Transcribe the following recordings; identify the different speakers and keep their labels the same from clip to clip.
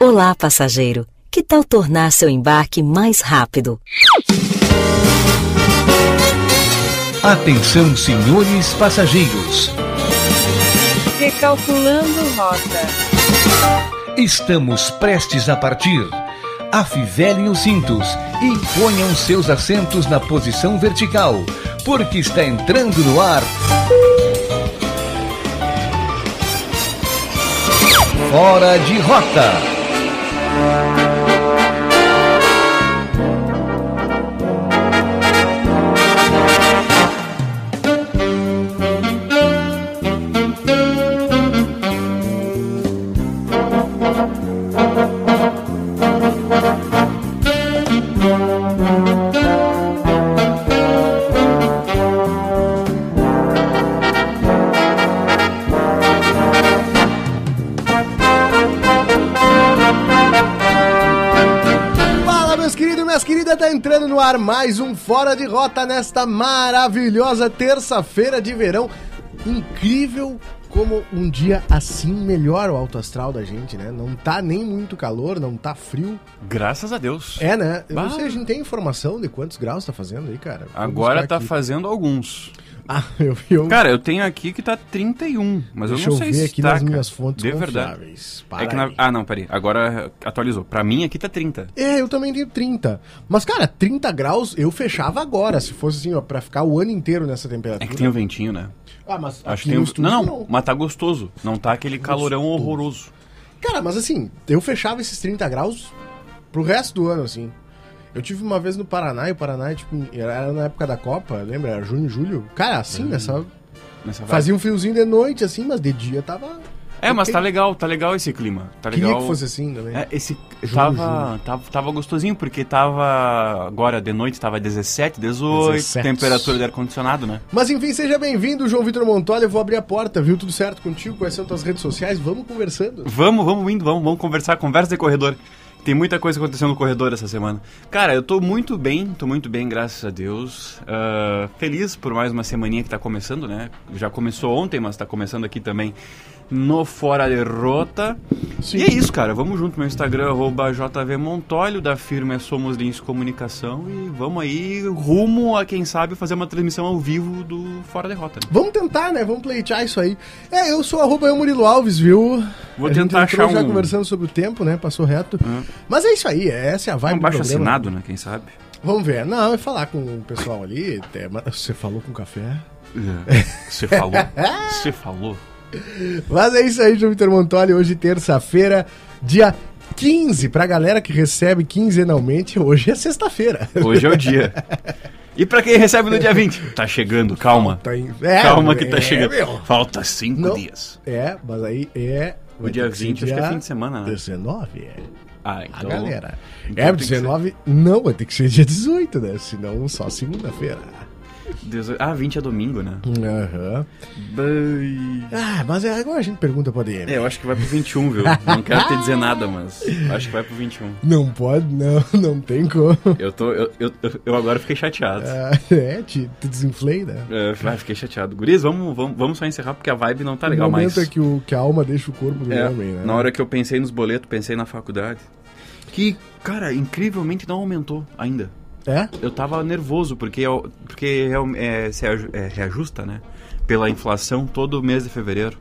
Speaker 1: Olá, passageiro. Que tal tornar seu embarque mais rápido?
Speaker 2: Atenção, senhores passageiros.
Speaker 3: Recalculando rota.
Speaker 2: Estamos prestes a partir. Afivelem os cintos e ponham seus assentos na posição vertical, porque está entrando no ar. Fora de rota.
Speaker 4: Fala, meus queridos e minhas queridas, tá entrando no ar mais um Fora de Rota nesta maravilhosa terça-feira de verão. Incrível como um dia assim melhora o alto astral da gente, né? Não tá nem muito calor, não tá frio.
Speaker 5: Graças a Deus.
Speaker 4: É, né? Eu
Speaker 5: Bah.
Speaker 4: não sei, a gente tem informação de quantos graus tá fazendo aí, cara? Vou
Speaker 5: Agora
Speaker 4: buscar
Speaker 5: tá
Speaker 4: aqui.
Speaker 5: fazendo alguns.
Speaker 4: Ah, eu vi um...
Speaker 5: Cara, eu tenho aqui que tá 31, mas
Speaker 4: Deixa
Speaker 5: eu
Speaker 4: eu
Speaker 5: não sei
Speaker 4: ver
Speaker 5: se
Speaker 4: aqui
Speaker 5: tá,
Speaker 4: nas
Speaker 5: cara.
Speaker 4: minhas fontes
Speaker 5: De verdade.
Speaker 4: confiáveis. Para
Speaker 5: É que na-
Speaker 4: aí.
Speaker 5: Ah, não, peraí. Agora atualizou. Pra mim aqui tá 30.
Speaker 4: É, eu também tenho 30. Mas, cara, 30 graus eu fechava agora, se fosse assim, ó, pra ficar o ano inteiro nessa temperatura.
Speaker 5: É que tem o ventinho, né?
Speaker 4: Ah, mas
Speaker 5: Acho
Speaker 4: aqui
Speaker 5: que tem
Speaker 4: no
Speaker 5: um...
Speaker 4: estúdio
Speaker 5: Não, não, mas tá gostoso. Não tá aquele calorão horroroso.
Speaker 4: Cara, mas assim, eu fechava esses 30 graus pro resto do ano, assim. Eu tive uma vez no Paraná, e o Paraná, tipo, era era na época da Copa, lembra? Era junho, julho. Cara,
Speaker 5: Hum,
Speaker 4: assim, nessa...
Speaker 5: Nessa vibe.
Speaker 4: Fazia um friozinho de noite, assim, mas de dia tava...
Speaker 5: É, mas
Speaker 4: ok.
Speaker 5: tá legal, tá legal esse clima. Tá
Speaker 4: Queria
Speaker 5: legal.
Speaker 4: que fosse assim também.
Speaker 5: É, esse
Speaker 4: Juro,
Speaker 5: tava, Tava, tava gostosinho, porque tava. Agora de noite tava 17, 18,
Speaker 4: 17.
Speaker 5: temperatura de ar-condicionado, né?
Speaker 4: Mas enfim, seja bem-vindo, João Vitor Montoya. Eu vou abrir a porta, viu? Tudo certo contigo? Quais são tuas redes sociais? Vamos conversando.
Speaker 5: Vamos, vamos indo, vamos, vamos conversar, conversa de corredor. Tem muita coisa acontecendo no corredor essa semana. Cara, eu tô muito bem, tô muito bem, graças a Deus. Ah, feliz por mais uma semaninha que tá começando, né? Já começou ontem, mas tá começando aqui também no Fora de Rota. E é isso, cara. Vamos junto. Meu Instagram, arroba JVMontolho, da firma é Somos Lins Comunicação. E vamos aí rumo a, quem sabe, fazer uma transmissão ao vivo do Fora de Rota. né?
Speaker 4: Vamos tentar, né? Vamos pleitear isso aí. É, eu sou arroba eu Murilo Alves, viu?
Speaker 5: Vou
Speaker 4: gente
Speaker 5: tentar
Speaker 4: entrou
Speaker 5: achar
Speaker 4: já
Speaker 5: um-
Speaker 4: conversando sobre o tempo, né? Passou reto. Mas é isso aí, é- essa é a vibe
Speaker 5: Um baixo
Speaker 4: programa.
Speaker 5: assinado, né? Quem sabe?
Speaker 4: Vamos ver. Não, eu ia falar com o pessoal ali. até- mas Você falou com café?
Speaker 5: Você falou. Você falou.
Speaker 4: Mas é isso aí, João Vitor Montoli. Hoje, terça-feira, dia 15. Pra galera que recebe quinzenalmente, hoje é sexta-feira.
Speaker 5: Hoje é o dia. E pra quem recebe no dia 20? Tá chegando, calma.
Speaker 4: Tá em- é,
Speaker 5: calma que tá
Speaker 4: é,
Speaker 5: chegando.
Speaker 4: meu.
Speaker 5: Falta cinco
Speaker 4: Não.
Speaker 5: dias.
Speaker 4: É, mas aí é.
Speaker 5: O dia 20, acho que é fim de semana, né?
Speaker 4: 19, é.
Speaker 5: Ah,
Speaker 4: A
Speaker 5: então...
Speaker 4: galera.
Speaker 5: então
Speaker 4: é,
Speaker 5: tem que ser-
Speaker 4: 19. Não, vai ter que ser dia 18, né? Senão só segunda-feira.
Speaker 5: Dezo- Ah, 20 é domingo, né?
Speaker 4: Aham. Ah, mas é, agora a gente pergunta pra DM.
Speaker 5: É, eu acho que vai pro 21, viu? Não quero te dizer nada, mas acho que vai pro 21.
Speaker 4: Não pode, não, não tem como.
Speaker 5: Eu tô... Eu, eu, eu agora fiquei chateado.
Speaker 4: Ah, É, te, te desinflei, né?
Speaker 5: É, ah, fiquei chateado. Guris, vamos, vamos, vamos só encerrar porque a vibe não tá legal
Speaker 4: o momento
Speaker 5: mais.
Speaker 4: é que, o, que a alma deixa o corpo do
Speaker 5: É,
Speaker 4: homem, né?
Speaker 5: Na hora que eu pensei nos boletos, pensei na faculdade. Que, cara, incrivelmente não aumentou ainda.
Speaker 4: É?
Speaker 5: Eu tava nervoso, porque, eu- porque real- é, se aju- é, reajusta, né? Pela inflação todo mês de fevereiro.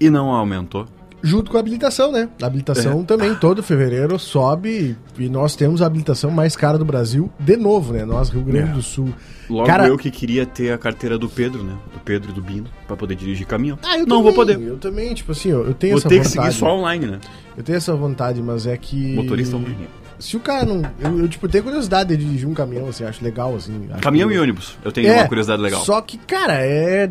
Speaker 5: E não aumentou.
Speaker 4: Junto com a habilitação, né? A
Speaker 5: É.
Speaker 4: habilitação também, todo fevereiro sobe e nós temos a habilitação mais cara do Brasil de novo, né? Nós, Rio Grande
Speaker 5: É.
Speaker 4: do Sul.
Speaker 5: Logo
Speaker 4: Cara-
Speaker 5: eu que queria ter a carteira do Pedro, né? Do Pedro e do Bino, pra poder dirigir caminhão.
Speaker 4: Ah, eu
Speaker 5: não
Speaker 4: também,
Speaker 5: vou poder.
Speaker 4: Eu também, tipo assim, eu, eu tenho
Speaker 5: Vou
Speaker 4: essa
Speaker 5: ter que
Speaker 4: vontade.
Speaker 5: seguir só online, né?
Speaker 4: Eu tenho essa vontade, mas é que.
Speaker 5: Motorista um online.
Speaker 4: Se o cara não. Eu, eu, tipo, tenho curiosidade de dirigir um caminhão, assim, acho legal, assim. acho
Speaker 5: Caminhão
Speaker 4: que-
Speaker 5: e ônibus. Eu tenho
Speaker 4: É,
Speaker 5: uma curiosidade legal.
Speaker 4: Só que, cara, é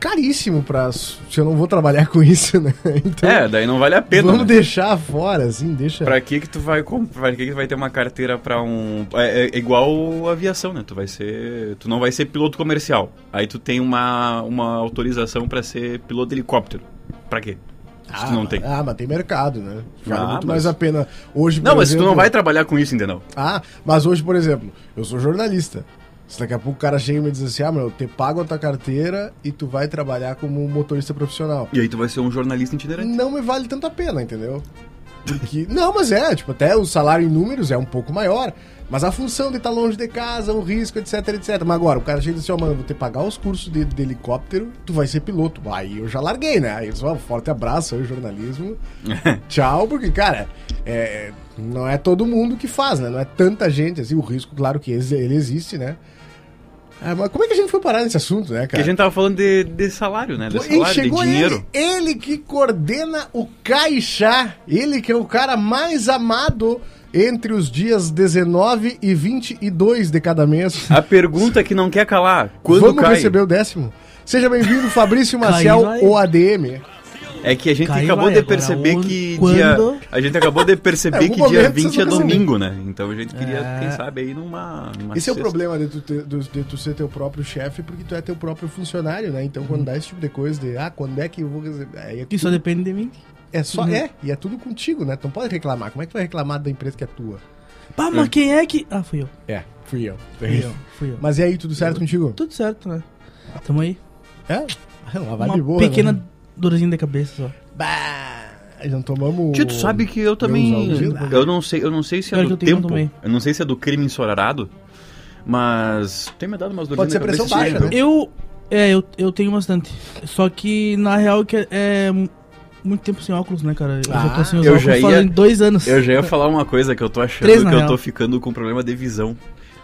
Speaker 4: caríssimo pra. Se eu não vou trabalhar com isso, né? Então.
Speaker 5: É, daí não vale a pena.
Speaker 4: vamos
Speaker 5: né?
Speaker 4: deixar fora, assim, deixa.
Speaker 5: Pra que que tu vai comprar? Pra que que tu vai ter uma carteira pra um... É, é- é igual aviação, né? Tu vai ser... Tu não vai ser piloto comercial. Aí tu tem uma, uma autorização pra ser piloto de helicóptero. Pra quê? Se tu não
Speaker 4: mas-
Speaker 5: tem.
Speaker 4: Ah, mas tem mercado, né? Vale
Speaker 5: Ah,
Speaker 4: muito
Speaker 5: mas-
Speaker 4: mais a pena. Hoje,
Speaker 5: Não,
Speaker 4: por
Speaker 5: mas tu não
Speaker 4: exemplo-
Speaker 5: vai trabalhar com isso, entendeu?
Speaker 4: Ah, mas hoje, por exemplo, eu sou jornalista. Se daqui a pouco o cara chega e me diz assim, ah, meu, eu te pago a tua carteira e tu vai trabalhar como motorista profissional.
Speaker 5: E aí tu vai ser um jornalista itinerante.
Speaker 4: Não me vale tanto a pena, entendeu? Porque- não, mas é, tipo, até o salário em números é um pouco maior. Mas a função de estar longe de casa, o risco, etc, etc. Mas agora, o cara chega e diz assim, ó, mano, vou ter que pagar os cursos de, de helicóptero, tu vai ser piloto. Aí eu já larguei, né? Aí eles falam, forte abraço aí, jornalismo. Tchau, porque, cara, é, não é todo mundo que faz, né? Não é tanta gente, assim, o risco, claro que ex- ele existe, né? Ah, mas como é que a gente foi parar nesse assunto, né,
Speaker 5: Porque a
Speaker 4: cara?
Speaker 5: gente tava falando de, de salário, né? De
Speaker 4: Ele
Speaker 5: salário, de
Speaker 4: chegou
Speaker 5: dinheiro.
Speaker 4: Ele, ele que coordena o Caixá, ele que é o cara mais amado entre os dias 19 e 22 de cada mês.
Speaker 5: A pergunta que não quer calar, Ah, quando
Speaker 4: Vamos
Speaker 5: cai,
Speaker 4: receber o décimo. Seja bem-vindo, Fabrício Maciel,
Speaker 3: Caiu aí.
Speaker 4: o ADM.
Speaker 5: é que a gente
Speaker 3: Caiu
Speaker 5: acabou
Speaker 3: aí,
Speaker 5: de
Speaker 3: agora,
Speaker 5: perceber
Speaker 3: onde-
Speaker 5: que
Speaker 3: quando?
Speaker 5: dia... A gente acabou de
Speaker 4: É,
Speaker 5: perceber
Speaker 4: algum
Speaker 5: que dia
Speaker 4: momento
Speaker 5: 20 é
Speaker 4: vocês vão receber.
Speaker 5: domingo, né? Então a gente queria,
Speaker 3: É.
Speaker 5: quem sabe, aí numa... numa
Speaker 4: Esse é o
Speaker 5: sexta.
Speaker 4: problema de tu, ter- do- de tu ser teu próprio chefe, porque tu é teu próprio funcionário, né? Então
Speaker 3: Uhum.
Speaker 4: quando dá esse tipo de coisa de, ah, quando é que eu vou receber? Aí é
Speaker 3: Que só
Speaker 4: tudo-
Speaker 3: depende de uhum. mim.
Speaker 4: É só é, e é tudo contigo, né? Tu não pode reclamar. Como é que tu vai reclamar da empresa que é tua?
Speaker 3: Pá, mas quem é que. Ah, fui eu.
Speaker 4: É, fui eu.
Speaker 3: Fui eu. Fui eu.
Speaker 4: Mas e aí, tudo certo contigo?
Speaker 3: Tudo certo, né? Tamo aí.
Speaker 4: É? Ah, Uma vibe
Speaker 3: Uma
Speaker 4: boa.
Speaker 3: pequena
Speaker 4: Né?
Speaker 3: dorzinha de cabeça só.
Speaker 4: Bah, já tomamos.
Speaker 5: Tio, tu sabe que eu também.
Speaker 4: Deus abençoe.
Speaker 5: Eu não sei, eu não sei se é
Speaker 3: Pior que
Speaker 5: do
Speaker 3: eu tenho um
Speaker 5: tempo.
Speaker 3: também.
Speaker 5: Eu não sei se é do crime ensorarado, mas tem me dado umas
Speaker 4: Pode
Speaker 5: dorzinhas
Speaker 4: ser
Speaker 5: na cabeça
Speaker 4: pressão baixa,
Speaker 5: sempre.
Speaker 4: né?
Speaker 3: Eu. É, eu, eu tenho bastante. Só que, na real, que é, é mu- muito tempo sem óculos, né, cara? Eu já
Speaker 4: Ah,
Speaker 3: tô sem os
Speaker 5: eu
Speaker 3: óculos
Speaker 5: já ia-
Speaker 3: fazem dois anos.
Speaker 5: né? Eu já ia falar uma coisa que eu tô achando
Speaker 3: Três, na
Speaker 5: que eu
Speaker 3: real.
Speaker 5: tô ficando com problema de visão.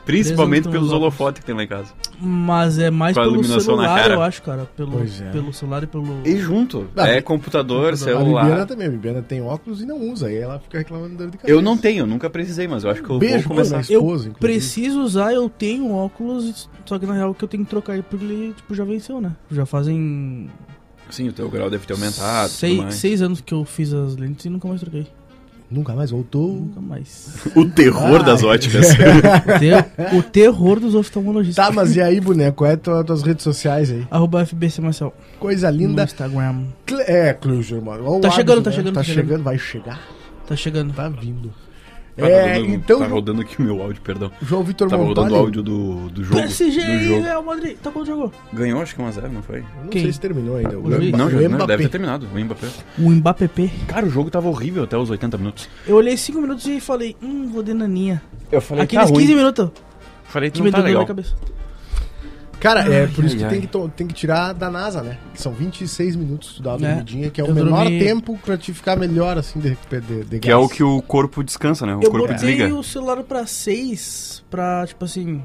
Speaker 3: Três
Speaker 5: Principalmente
Speaker 3: anos
Speaker 5: pelos
Speaker 3: com os óculos.
Speaker 5: holofotes que tem lá em casa.
Speaker 3: Mas é mais
Speaker 5: Com a
Speaker 3: pelo
Speaker 5: iluminação na
Speaker 3: celular,
Speaker 5: cara.
Speaker 3: eu acho, cara. Pelo,
Speaker 4: Pois é.
Speaker 3: pelo celular e pelo.
Speaker 5: E junto.
Speaker 4: Ah,
Speaker 5: é computador,
Speaker 4: A Bibiana
Speaker 5: celular.
Speaker 4: também. A Bibiana tem óculos e não usa. Aí ela fica reclamando da dor de cabeça.
Speaker 5: Eu não tenho, nunca precisei, mas eu acho que eu
Speaker 4: Beijo,
Speaker 5: vou começar.
Speaker 4: mano. esposa,
Speaker 3: eu
Speaker 4: inclusive.
Speaker 3: preciso usar, eu tenho óculos, só que na real que eu tenho que trocar ele porque ele tipo, já venceu, né? Já fazem
Speaker 5: Sim, o teu grau deve ter aumentado. tudo
Speaker 3: seis,
Speaker 5: mais.
Speaker 3: seis anos que eu fiz as lentes e nunca mais troquei.
Speaker 4: Nunca mais voltou.
Speaker 3: Nunca mais.
Speaker 5: O terror
Speaker 4: Ah,
Speaker 5: das óticas.
Speaker 3: O, ter- o terror dos oftalmologistas.
Speaker 4: Tá, mas e aí, boneco? Qual é tua, tuas redes sociais aí?
Speaker 3: Arroba FBC Marcel.
Speaker 4: Coisa
Speaker 3: No
Speaker 4: linda.
Speaker 3: Instagram.
Speaker 4: Cle- É, Clujo, mano. Olha o
Speaker 3: Tá
Speaker 4: hábito,
Speaker 3: chegando, tá
Speaker 4: né?
Speaker 3: chegando,
Speaker 4: Tá
Speaker 3: tá chegando.
Speaker 4: chegando, vai chegar.
Speaker 3: Tá chegando.
Speaker 4: Tá vindo.
Speaker 5: Tá
Speaker 4: É,
Speaker 5: rodando-
Speaker 4: então,
Speaker 5: Tá rodando aqui o meu áudio, perdão.
Speaker 4: João Vitor
Speaker 5: Tava rodando
Speaker 4: Montoli.
Speaker 5: o áudio do, do jogo.
Speaker 3: PSG
Speaker 5: do
Speaker 3: e
Speaker 5: jogo.
Speaker 3: Real Madrid. Tá quanto jogou?
Speaker 5: Ganhou, acho que 1x0, não foi?
Speaker 4: Não
Speaker 3: Quem?
Speaker 4: sei se terminou ainda.
Speaker 3: O juiz?
Speaker 4: Mbappé.
Speaker 5: Não, já
Speaker 4: o
Speaker 5: né,
Speaker 4: Mbappé.
Speaker 5: deve ter terminado, o Mbappé.
Speaker 3: O Mbappé.
Speaker 5: Cara, o jogo tava horrível até os 80 minutos.
Speaker 3: Eu olhei 5 minutos e falei, hum, vou de naninha.
Speaker 5: Eu falei,
Speaker 3: Aqueles 15 minutos
Speaker 5: Falei que
Speaker 3: que tá me
Speaker 5: tá não tá
Speaker 3: deu dor na
Speaker 5: legal.
Speaker 3: cabeça.
Speaker 4: Cara, é por isso que
Speaker 5: ai,
Speaker 4: tem
Speaker 5: ai.
Speaker 4: que, to- tem que tirar da NASA, né? Que são 26 minutos da
Speaker 3: Né?
Speaker 4: dormidinha, que é o
Speaker 3: Eu
Speaker 4: menor
Speaker 3: dormi-
Speaker 4: tempo pra te ficar melhor, assim, de, de, de
Speaker 5: Que é o que o corpo descansa, né? O
Speaker 3: eu
Speaker 5: corpo
Speaker 3: botei
Speaker 5: desliga.
Speaker 3: o celular pra 6, pra, tipo assim,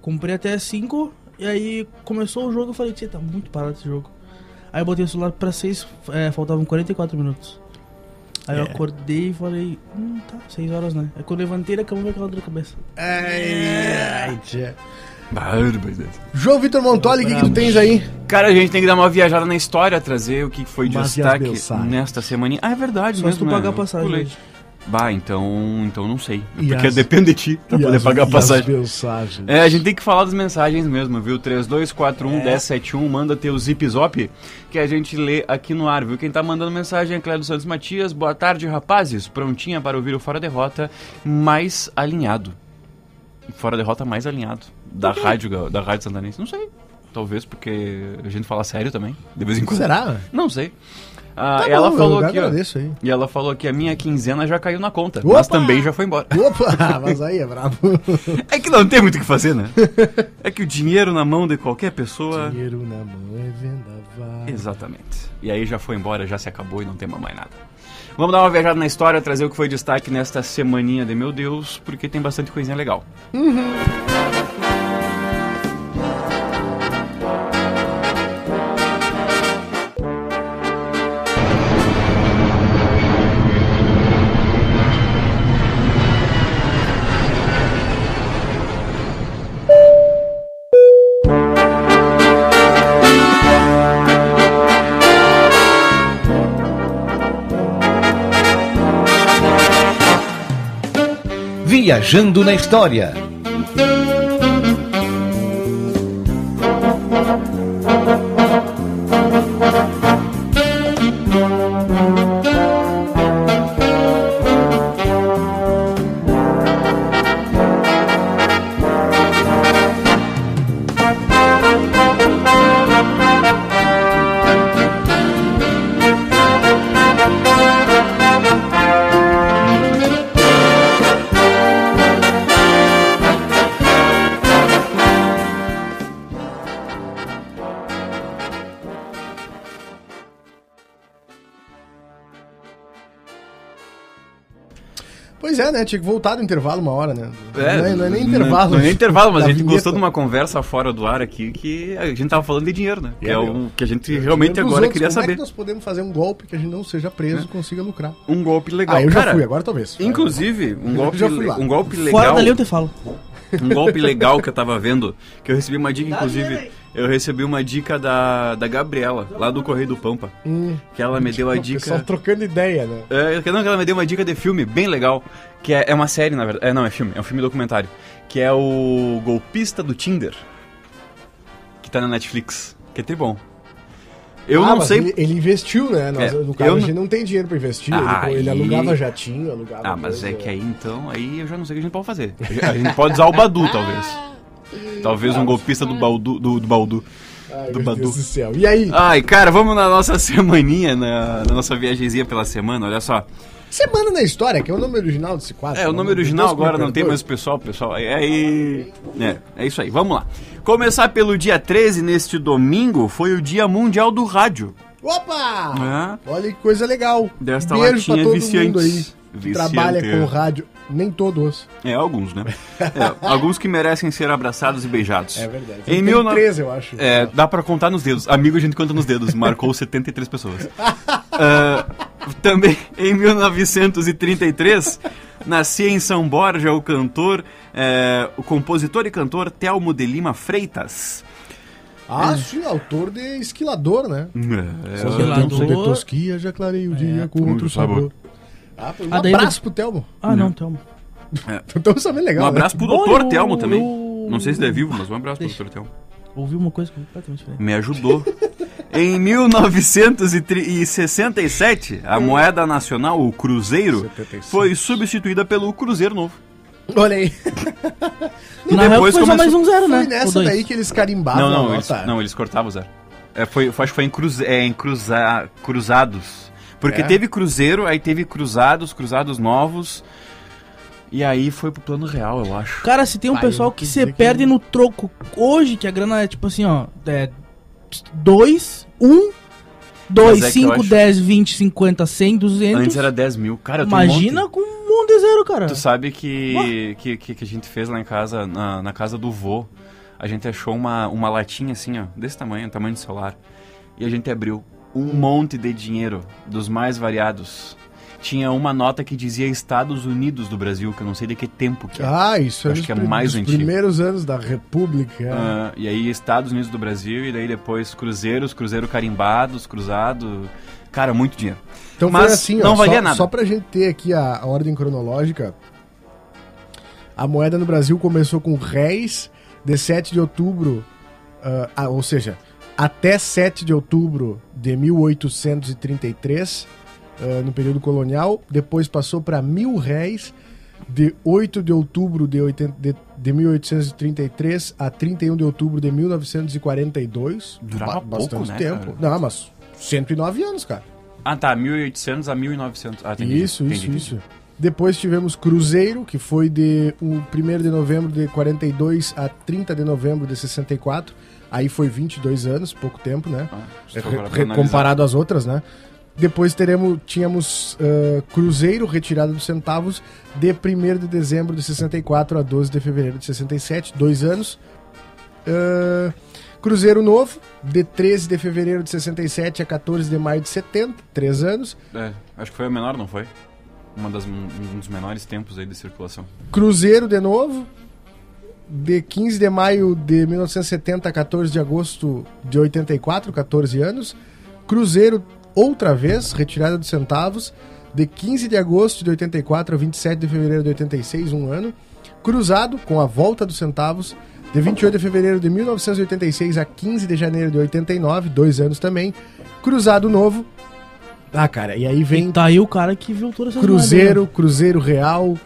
Speaker 3: comprei até 5, e aí começou o jogo, eu falei, tia, tá muito parado esse jogo. Aí eu botei o celular pra 6, faltavam 44 minutos. Aí
Speaker 5: É.
Speaker 3: eu acordei e falei, hum, tá, 6 horas, né? Aí quando eu levantei da cama, veio aquela dor na cabeça.
Speaker 4: Ai, ai, tia.
Speaker 5: Barbaridade.
Speaker 4: João Vitor Montoli, o que, que tu tens aí?
Speaker 5: Cara, a gente tem que dar uma viajada na história, trazer o que foi de
Speaker 4: Mas e as
Speaker 5: destaque
Speaker 4: Belsai?
Speaker 5: nesta semana. Ah, é verdade,
Speaker 3: Só se
Speaker 5: mesmo,
Speaker 3: tu
Speaker 5: né?
Speaker 3: pagar a
Speaker 5: Eu
Speaker 3: passagem.
Speaker 5: pulei.
Speaker 3: hoje.
Speaker 5: Bah, então, então não sei.
Speaker 4: E
Speaker 5: Porque
Speaker 4: as-
Speaker 5: depende de ti pra poder pagar a passagem.
Speaker 4: Mensagem.
Speaker 5: É, a gente tem que falar das mensagens mesmo, viu? 3241 1071, manda teu zip zop que a gente lê aqui no ar, viu? Quem tá mandando mensagem é Cléo Santos Matias. Boa tarde, rapazes. Prontinha para ouvir o Fora Derrota mais alinhado. Fora Derrota mais alinhado. Da rádio, ga- da rádio santanense. Não sei. Talvez porque a gente fala sério também, de vez em quando.
Speaker 4: Será?
Speaker 5: Não sei. Ah,
Speaker 4: Tá
Speaker 5: ela
Speaker 4: bom,
Speaker 5: falou
Speaker 4: eu
Speaker 5: aqui, ó,
Speaker 4: agradeço aí.
Speaker 5: E ela falou que a minha quinzena já caiu na conta,
Speaker 4: Opa!
Speaker 5: mas também já foi embora.
Speaker 4: Opa, mas aí é brabo.
Speaker 5: É que não tem muito o que fazer, né? É que o dinheiro na mão de qualquer pessoa.
Speaker 4: Dinheiro na mão é vendaval.
Speaker 5: Exatamente. E aí já foi embora, já se acabou e não tem mais nada. Vamos dar uma viajada na história, trazer o que foi destaque nesta semaninha de meu Deus, porque tem bastante coisinha legal.
Speaker 2: Viajando na História.
Speaker 4: Pois é, né? Tinha que voltar do intervalo uma hora, né? não, é, não é nem
Speaker 5: não-
Speaker 4: intervalo.
Speaker 5: Não é nem intervalo, mas
Speaker 4: Da
Speaker 5: a gente
Speaker 4: vinheta.
Speaker 5: gostou de uma conversa fora do ar aqui que a gente tava falando de dinheiro, né? Que é,
Speaker 4: meu.
Speaker 5: o que a gente realmente
Speaker 4: Dinheiro dos
Speaker 5: agora
Speaker 4: outros,
Speaker 5: queria
Speaker 4: Como é
Speaker 5: saber.
Speaker 4: que nós podemos fazer um golpe que a gente não seja preso e consiga lucrar?
Speaker 5: Um golpe legal.
Speaker 4: Ah, eu já
Speaker 5: Cara,
Speaker 4: fui, agora talvez.
Speaker 5: Inclusive, um golpe,
Speaker 4: já fui lá.
Speaker 5: um golpe
Speaker 3: Fora
Speaker 5: legal.
Speaker 3: dali eu te falo.
Speaker 5: Um golpe legal que eu tava vendo, que eu recebi uma dica, inclusive, eu recebi uma dica da, da Gabriela, lá do Correio do Pampa. Que ela me deu a
Speaker 4: Só
Speaker 5: dica.
Speaker 4: trocando ideia, né?
Speaker 5: É, que não, que ela me deu uma dica de filme bem legal, que é, é uma série, na verdade. É, não, é filme, é um filme documentário. Que é o Golpista do Tinder. Que tá na Netflix. Que é tri bom. Eu
Speaker 4: Ah,
Speaker 5: não
Speaker 4: mas
Speaker 5: sei.
Speaker 4: Ele, ele investiu, né? Nós-
Speaker 5: É,
Speaker 4: no caso,
Speaker 5: eu
Speaker 4: a
Speaker 5: não-
Speaker 4: gente não tem dinheiro pra investir.
Speaker 5: Ah,
Speaker 4: ele, ele
Speaker 5: e-
Speaker 4: alugava jatinho, alugava.
Speaker 5: Ah, mas é
Speaker 4: coisa.
Speaker 5: que aí então, aí eu já não sei o que a gente pode fazer. A gente pode usar o Badu, talvez. Talvez um golpista do Baldu. Do, do Baldu.
Speaker 4: Ai,
Speaker 5: do
Speaker 4: meu
Speaker 5: Badu.
Speaker 4: Deus do céu. E aí?
Speaker 5: Ai, cara, vamos na nossa semaninha, na, na nossa viagemzinha pela semana, olha só.
Speaker 4: Semana na História, que é o nome original desse quadro.
Speaker 5: É, o
Speaker 4: né?
Speaker 5: número original
Speaker 4: Deus me
Speaker 5: agora não tem
Speaker 4: perdoe.
Speaker 5: mais o pessoal, pessoal. É, aí- é, é isso aí, vamos lá. Começar pelo dia 13, neste domingo, foi o Dia Mundial do Rádio.
Speaker 4: Opa!
Speaker 5: É.
Speaker 4: Olha que coisa legal.
Speaker 5: Desta
Speaker 4: Beijo
Speaker 5: latinha
Speaker 4: pra todo
Speaker 5: viciante.
Speaker 4: mundo aí que
Speaker 5: Viciante.
Speaker 4: trabalha com rádio. Nem todos.
Speaker 5: É, alguns, né? É, alguns que merecem ser abraçados e beijados.
Speaker 4: É verdade.
Speaker 5: Em
Speaker 4: Tem
Speaker 5: 19...
Speaker 4: 13, eu acho.
Speaker 5: É, dá pra contar nos dedos. Amigo, a gente conta nos dedos. Marcou 73 pessoas. Ah, também em 1933, nascia em São Borja o cantor, eh, o compositor e cantor Telmo de Lima Freitas.
Speaker 4: Ah, sim, autor de Esquilador, né?
Speaker 5: É,
Speaker 3: Só que lá
Speaker 4: Tempo um de
Speaker 3: do-
Speaker 4: tosquia, já clarei o dia com outro
Speaker 5: Hum, sabor.
Speaker 4: sabor. Ah, pois um
Speaker 3: Ah, daí
Speaker 4: abraço pro Telmo.
Speaker 3: Ah,
Speaker 5: Uhum.
Speaker 3: não, Thelma.
Speaker 4: Então isso é bem legal.
Speaker 5: um abraço pro
Speaker 3: Bom,
Speaker 5: doutor
Speaker 3: eu-
Speaker 5: Telmo também.
Speaker 3: eu-
Speaker 5: Não sei se ele é vivo, mas um abraço pro
Speaker 3: Deixa.
Speaker 5: doutor Telmo.
Speaker 3: Ouvi uma coisa completamente diferente.
Speaker 5: Me ajudou. em 1967, a moeda nacional, o cruzeiro,
Speaker 4: 77.
Speaker 5: foi substituída pelo cruzeiro novo.
Speaker 4: Né? Olha aí.
Speaker 3: Na real, foi
Speaker 5: depois
Speaker 3: só
Speaker 5: começou-
Speaker 3: mais um zero, né?
Speaker 4: Foi
Speaker 3: Ou
Speaker 4: nessa
Speaker 3: dois.
Speaker 4: daí que eles carimbavam
Speaker 5: Não,
Speaker 4: a
Speaker 5: não,
Speaker 4: nota.
Speaker 5: eles, não, eles cortavam o zero. É, foi, foi- acho que foi em, cruze, é, em cruza, cruzados. Porque
Speaker 4: É?
Speaker 5: teve cruzeiro, aí teve cruzados, cruzados novos. E aí foi pro plano real, eu acho.
Speaker 3: Cara, se tem um
Speaker 4: Ah, eu
Speaker 3: pessoal
Speaker 4: não
Speaker 3: que
Speaker 4: quis
Speaker 3: se
Speaker 4: dizer que
Speaker 3: perde no troco hoje, que a grana é tipo assim, ó. É um, 2, 1,
Speaker 5: Mas
Speaker 3: 2,
Speaker 5: é que eu
Speaker 3: 5,
Speaker 5: acho-
Speaker 3: 10, 20, 50, 100, 200.
Speaker 5: Antes era 10 mil. Cara, eu tenho um
Speaker 3: Imagina
Speaker 5: monte.
Speaker 3: com um mundo de zero, cara.
Speaker 4: Ah.
Speaker 5: Tu sabe que, que, que, que a gente fez lá em casa, na, na casa do vô, a gente achou uma, uma latinha assim, ó, desse tamanho, tamanho de celular. E a gente abriu um monte de dinheiro, dos mais variados. Tinha uma nota que dizia Estados Unidos do Brasil, que eu não sei de que tempo que é.
Speaker 4: Ah, isso
Speaker 5: Eu
Speaker 4: é
Speaker 5: acho
Speaker 4: dos
Speaker 5: que é
Speaker 4: prim-
Speaker 5: mais
Speaker 4: dos
Speaker 5: antigo.
Speaker 4: primeiros anos da República.
Speaker 5: Ah, e aí Estados Unidos do Brasil, e daí depois Cruzeiros, Cruzeiro carimbados, Cruzado. Cara, muito dinheiro.
Speaker 4: Então
Speaker 5: Mas
Speaker 4: foi assim,
Speaker 5: não
Speaker 4: ó,
Speaker 5: valia
Speaker 4: só,
Speaker 5: nada.
Speaker 4: só pra gente ter aqui a, a ordem cronológica. A moeda no Brasil começou com réis de 7 de outubro, ah, ah, ou seja, até 7 de outubro de 1833, ah, no período colonial. Depois passou para mil réis de 8 de outubro de, 80 de, de 1833 a 31 de outubro de 1942.
Speaker 5: Durava pouco, né,
Speaker 4: tempo.
Speaker 5: cara?
Speaker 4: Não, mas 109 anos, cara.
Speaker 5: Ah tá, 1800 a 1900. Ah, entendi,
Speaker 4: Isso,
Speaker 5: entendi,
Speaker 4: isso,
Speaker 5: entendi.
Speaker 4: isso. Depois tivemos Cruzeiro, que foi de 1 de novembro de 42 a 30 de novembro de 64. Aí foi 22 anos, pouco tempo, né?
Speaker 5: Ah,
Speaker 4: É,
Speaker 5: estou
Speaker 4: re-
Speaker 5: agora pra
Speaker 4: re-
Speaker 5: analisar.
Speaker 4: comparado às outras, né? Depois teremos, tínhamos ah, Cruzeiro, retirada dos centavos, de 1 de dezembro de 64 a 12 de fevereiro de 67, dois anos. Ah, Cruzeiro Novo, de 13 de fevereiro de 67 a 14 de maio de 70, três anos.
Speaker 5: É, acho que foi a menor, não foi? Uma das, um um dos menores tempos aí de circulação.
Speaker 4: Cruzeiro de novo. De 15 de maio de 1970 a 14 de agosto de 84, 14 anos. Cruzeiro outra vez, retirada dos centavos. De 15 de agosto de 84 a 27 de fevereiro de 86, um ano. Cruzado com a volta dos centavos. De 28 de fevereiro de 1986 a 15 de janeiro de 89, dois anos também. Cruzado novo. Ah, cara, e aí vem
Speaker 3: E tá aí o cara que viu todas essas
Speaker 4: Cruzeiro, Cruzeiro Real,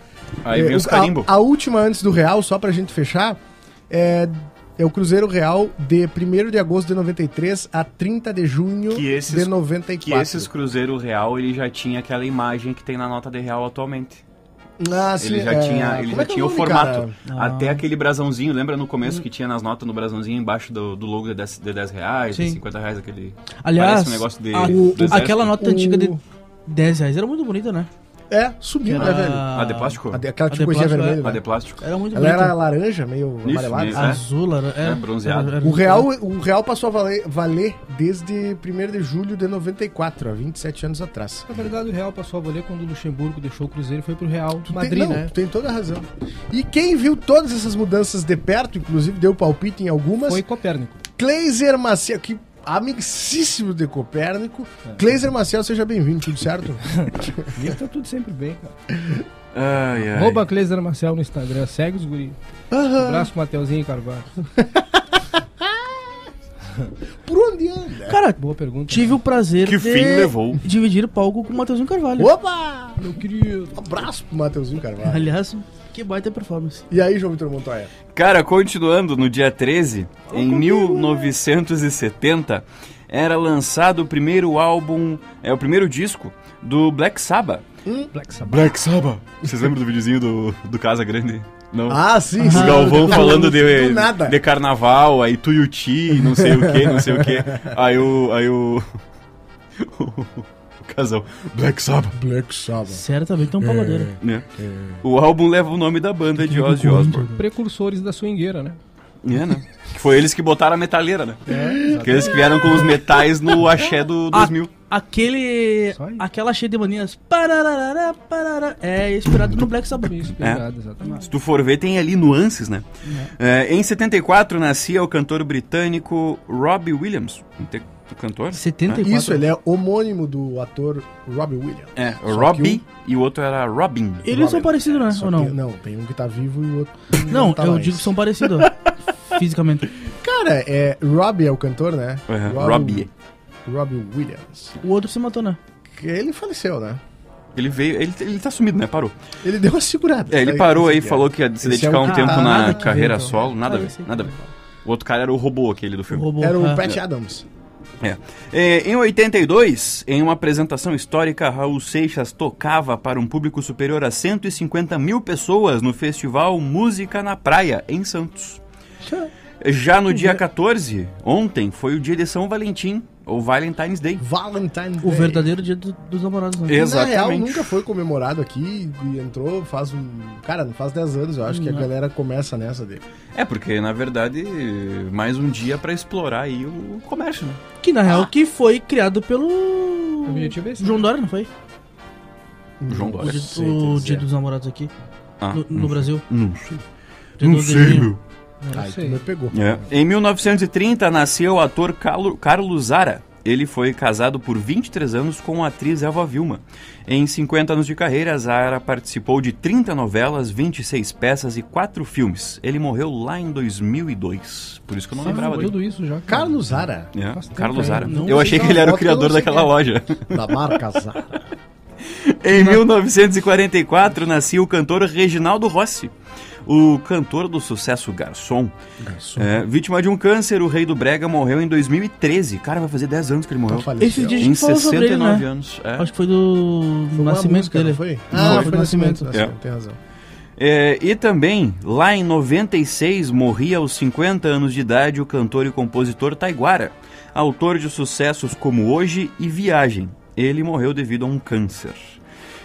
Speaker 5: Aí
Speaker 4: é,
Speaker 5: vem os
Speaker 4: o-
Speaker 5: carimbo.
Speaker 4: A, a última antes do Real, só pra gente fechar, é, é o Cruzeiro Real de 1 de agosto de 93 a 30 de junho
Speaker 5: Que esses-
Speaker 4: de
Speaker 5: Que
Speaker 4: 94.
Speaker 5: esses Cruzeiro Real, ele já tinha aquela imagem que tem na nota de real atualmente.
Speaker 4: Ah, sim,
Speaker 5: ele já
Speaker 4: é,
Speaker 5: tinha, ele
Speaker 4: como
Speaker 5: já
Speaker 4: é que é
Speaker 5: tinha o
Speaker 4: nome,
Speaker 5: formato.
Speaker 4: cara? Hum.
Speaker 3: Ah.
Speaker 5: Até aquele brasãozinho, lembra no começo que tinha nas notas no brasãozinho embaixo do, do logo de 10, de 10 reais, de
Speaker 3: Sim.
Speaker 5: 50 reais, aquele.
Speaker 3: Aliás,
Speaker 5: parece um negócio de.
Speaker 3: a-
Speaker 5: do
Speaker 3: o-
Speaker 5: exército.
Speaker 3: aquela nota
Speaker 4: O-
Speaker 3: antiga de 10 reais era muito bonita, né?
Speaker 4: É, sumiu, né, velho?
Speaker 5: A Ah, de plástico?
Speaker 4: A de- Aquela
Speaker 3: A
Speaker 4: tipo
Speaker 3: de
Speaker 4: coisinha
Speaker 3: plástico,
Speaker 4: vermelha.
Speaker 5: A
Speaker 4: né?
Speaker 5: de plástico.
Speaker 3: Era muito
Speaker 4: Ela era
Speaker 3: bonita.
Speaker 4: laranja, meio
Speaker 5: Isso,
Speaker 4: amarelada.
Speaker 5: isso,
Speaker 4: sabe?
Speaker 5: né?
Speaker 3: azul, era, era
Speaker 5: É, bronzeada.
Speaker 4: O real, é- o real passou a valer, valer desde 1 de julho de 94, há 27 anos atrás.
Speaker 6: Na verdade, o Real passou a valer quando o Luxemburgo deixou o Cruzeiro e foi pro Real
Speaker 4: Tu
Speaker 6: Madrid,
Speaker 4: tem, não, assim,
Speaker 6: né?
Speaker 4: tu tem toda a razão. E quem viu todas essas mudanças de perto, inclusive deu palpite em algumas,
Speaker 6: Foi Copérnico.
Speaker 4: Kleiser Maciel, que amicíssimo de Copérnico. Kleiser Maciel, seja bem-vindo, tudo certo?
Speaker 6: Ele tá tudo sempre bem, cara.
Speaker 5: Ai, ai.
Speaker 6: Arroba Cleiser Marcel no Instagram. Segue os guri. Um
Speaker 4: Aham.
Speaker 6: Abraço, Mateuzinho Carvalho.
Speaker 4: Por onde anda?
Speaker 3: Cara,
Speaker 6: Boa pergunta. né?
Speaker 3: tive o prazer
Speaker 5: Que
Speaker 3: de
Speaker 5: fim levou.
Speaker 3: dividir palco com o Matheusinho Carvalho.
Speaker 4: Opa!
Speaker 6: Meu querido.
Speaker 4: Um abraço pro Mateuzinho Carvalho.
Speaker 3: Aliás, que baita performance.
Speaker 4: E aí, João Vitor Montoya?
Speaker 5: Cara, continuando, no dia 13, em 1970, era lançado o primeiro álbum, é o primeiro disco do Black Sabbath.
Speaker 4: Hum?
Speaker 6: Black Sabbath.
Speaker 5: Black Sabbath. Vocês lembram do videozinho do, do Casa Grande? Não.
Speaker 4: Ah, sim,
Speaker 5: Os
Speaker 4: sim.
Speaker 5: Galvão
Speaker 4: Do
Speaker 5: falando de,
Speaker 4: nada.
Speaker 5: de carnaval, aí Tuiuti, não sei o que, não sei o que. Aí o. Aí o. o casal. Black Sabbath.
Speaker 4: Black Sabbath.
Speaker 3: Certamente é um pagodeiro.
Speaker 5: Né? O álbum leva o nome da banda de Ozzy Osbourne.
Speaker 6: Precursores da swingueira, né?
Speaker 5: É, né? Que foi eles que botaram a metaleira, né?
Speaker 6: É,
Speaker 5: que eles que vieram com os metais no axé do
Speaker 6: Ah,
Speaker 5: 2000.
Speaker 3: Aquele.
Speaker 6: Só isso.
Speaker 3: Aquela cheia de manias. Pararará, parará, é inspirado no Black Sabbath.
Speaker 6: Inspirado, exatamente.
Speaker 5: É. Se tu for ver, tem ali nuances, né? É, em 74 nascia o cantor britânico Robbie Williams. Não tem o cantor?
Speaker 6: 74.
Speaker 4: Isso, ele é homônimo do ator Robbie Williams.
Speaker 5: É,
Speaker 4: Só que
Speaker 5: Robbie
Speaker 6: um-
Speaker 5: e o outro era Robin.
Speaker 3: Eles são parecidos,
Speaker 6: É,
Speaker 3: né?
Speaker 4: Só
Speaker 3: Ou
Speaker 4: que-
Speaker 3: não?
Speaker 4: não, tem um que tá vivo e o outro.
Speaker 3: Não,
Speaker 4: tá
Speaker 3: eu
Speaker 4: mais.
Speaker 3: digo que são parecidos. fisicamente.
Speaker 4: Cara, é, Robbie é o cantor, né?
Speaker 5: Uhum, Robbie.
Speaker 4: Robbie Williams.
Speaker 3: O outro se matou, né?
Speaker 4: Que Ele faleceu, né?
Speaker 5: Ele veio, ele, ele tá sumido, né? Parou.
Speaker 4: Ele deu uma segurada.
Speaker 5: É, ele
Speaker 4: Tá
Speaker 5: parou aí,
Speaker 4: esse
Speaker 5: falou que ia se
Speaker 4: Esse é
Speaker 5: dedicar
Speaker 4: o
Speaker 5: um
Speaker 4: que
Speaker 5: tempo
Speaker 4: tá-
Speaker 5: na
Speaker 4: nada que
Speaker 5: carreira
Speaker 3: ver, então.
Speaker 5: solo, nada a
Speaker 3: Ah,
Speaker 5: ver,
Speaker 3: esse aqui.
Speaker 5: nada a ver. O outro cara era o robô aquele do
Speaker 3: O
Speaker 5: filme.
Speaker 3: robô.
Speaker 4: Era
Speaker 3: é.
Speaker 4: o Pat Adams.
Speaker 5: É. É, em 82, em uma apresentação histórica, Raul Seixas tocava para um público superior a 150 mil pessoas no festival Música na Praia, em Santos. Já no dia 14, ontem, foi o dia de São Valentim, ou Valentine's Day.
Speaker 4: Valentine
Speaker 3: O
Speaker 4: Day.
Speaker 3: verdadeiro dia do- dos namorados, né?
Speaker 5: É.
Speaker 4: Na real,
Speaker 5: Exatamente.
Speaker 4: nunca foi comemorado aqui e entrou faz um. Cara, não faz 10 anos, eu acho que a galera começa nessa dele.
Speaker 5: É, porque, na verdade, mais um dia para explorar aí o comércio, né?
Speaker 3: Que na real que foi criado pelo.
Speaker 6: O objetivo é esse.
Speaker 3: João Dória, não foi?
Speaker 5: João Dória.
Speaker 3: O dia,
Speaker 4: sei
Speaker 3: o
Speaker 4: te
Speaker 3: dia
Speaker 4: dizer.
Speaker 3: dos namorados aqui.
Speaker 5: Ah,
Speaker 3: No, no Brasil.
Speaker 5: não sei.
Speaker 3: Dia
Speaker 5: Não
Speaker 3: do
Speaker 5: sei,
Speaker 3: dedinho.
Speaker 5: meu.
Speaker 6: Eu
Speaker 4: Aí tu
Speaker 6: sei.
Speaker 4: me pegou.
Speaker 5: É. Em 1930 nasceu o ator Carlo- Carlos Zara. Ele foi casado por 23 anos com a atriz Elva Vilma. Em 50 anos de carreira, Zara participou de 30 novelas, 26 peças e 4 filmes. Ele morreu lá em 2002. Por isso que eu não
Speaker 6: Ah,
Speaker 5: lembrava dele.
Speaker 6: tudo isso já. cara.
Speaker 4: Carlos Zara,
Speaker 5: É,
Speaker 6: Faz tempo,
Speaker 5: Carlos
Speaker 6: hein?
Speaker 5: Zara.
Speaker 4: um Não
Speaker 5: Eu
Speaker 4: sei
Speaker 5: achei que
Speaker 4: da
Speaker 5: ele era o
Speaker 4: foto que eu não
Speaker 5: criador
Speaker 4: sei
Speaker 5: daquela
Speaker 4: quem é.
Speaker 5: loja.
Speaker 4: da marca Zara.
Speaker 5: Em 1944 nascia o cantor Reginaldo Rossi, o cantor do sucesso Garçom. É, vítima de um câncer, o rei do Brega morreu em 2013. Cara, vai fazer 10 anos que ele morreu.
Speaker 4: Então faleceu.
Speaker 3: Esses dias a
Speaker 5: Em
Speaker 3: gente falou sobre ele,
Speaker 5: 69
Speaker 3: né?
Speaker 5: anos. é.
Speaker 3: Acho que foi do
Speaker 4: Foi uma
Speaker 3: nascimento
Speaker 4: música,
Speaker 3: dele.
Speaker 4: não foi?
Speaker 3: Ah,
Speaker 4: Ah, foi
Speaker 3: foi
Speaker 4: do nascimento.
Speaker 3: Nascimento.
Speaker 4: nascimento, Tem razão.
Speaker 5: É, e também, lá em 96, morria aos 50 anos de idade o cantor e compositor Taiguara, autor de sucessos como Hoje e Viagem. Ele morreu devido a um câncer.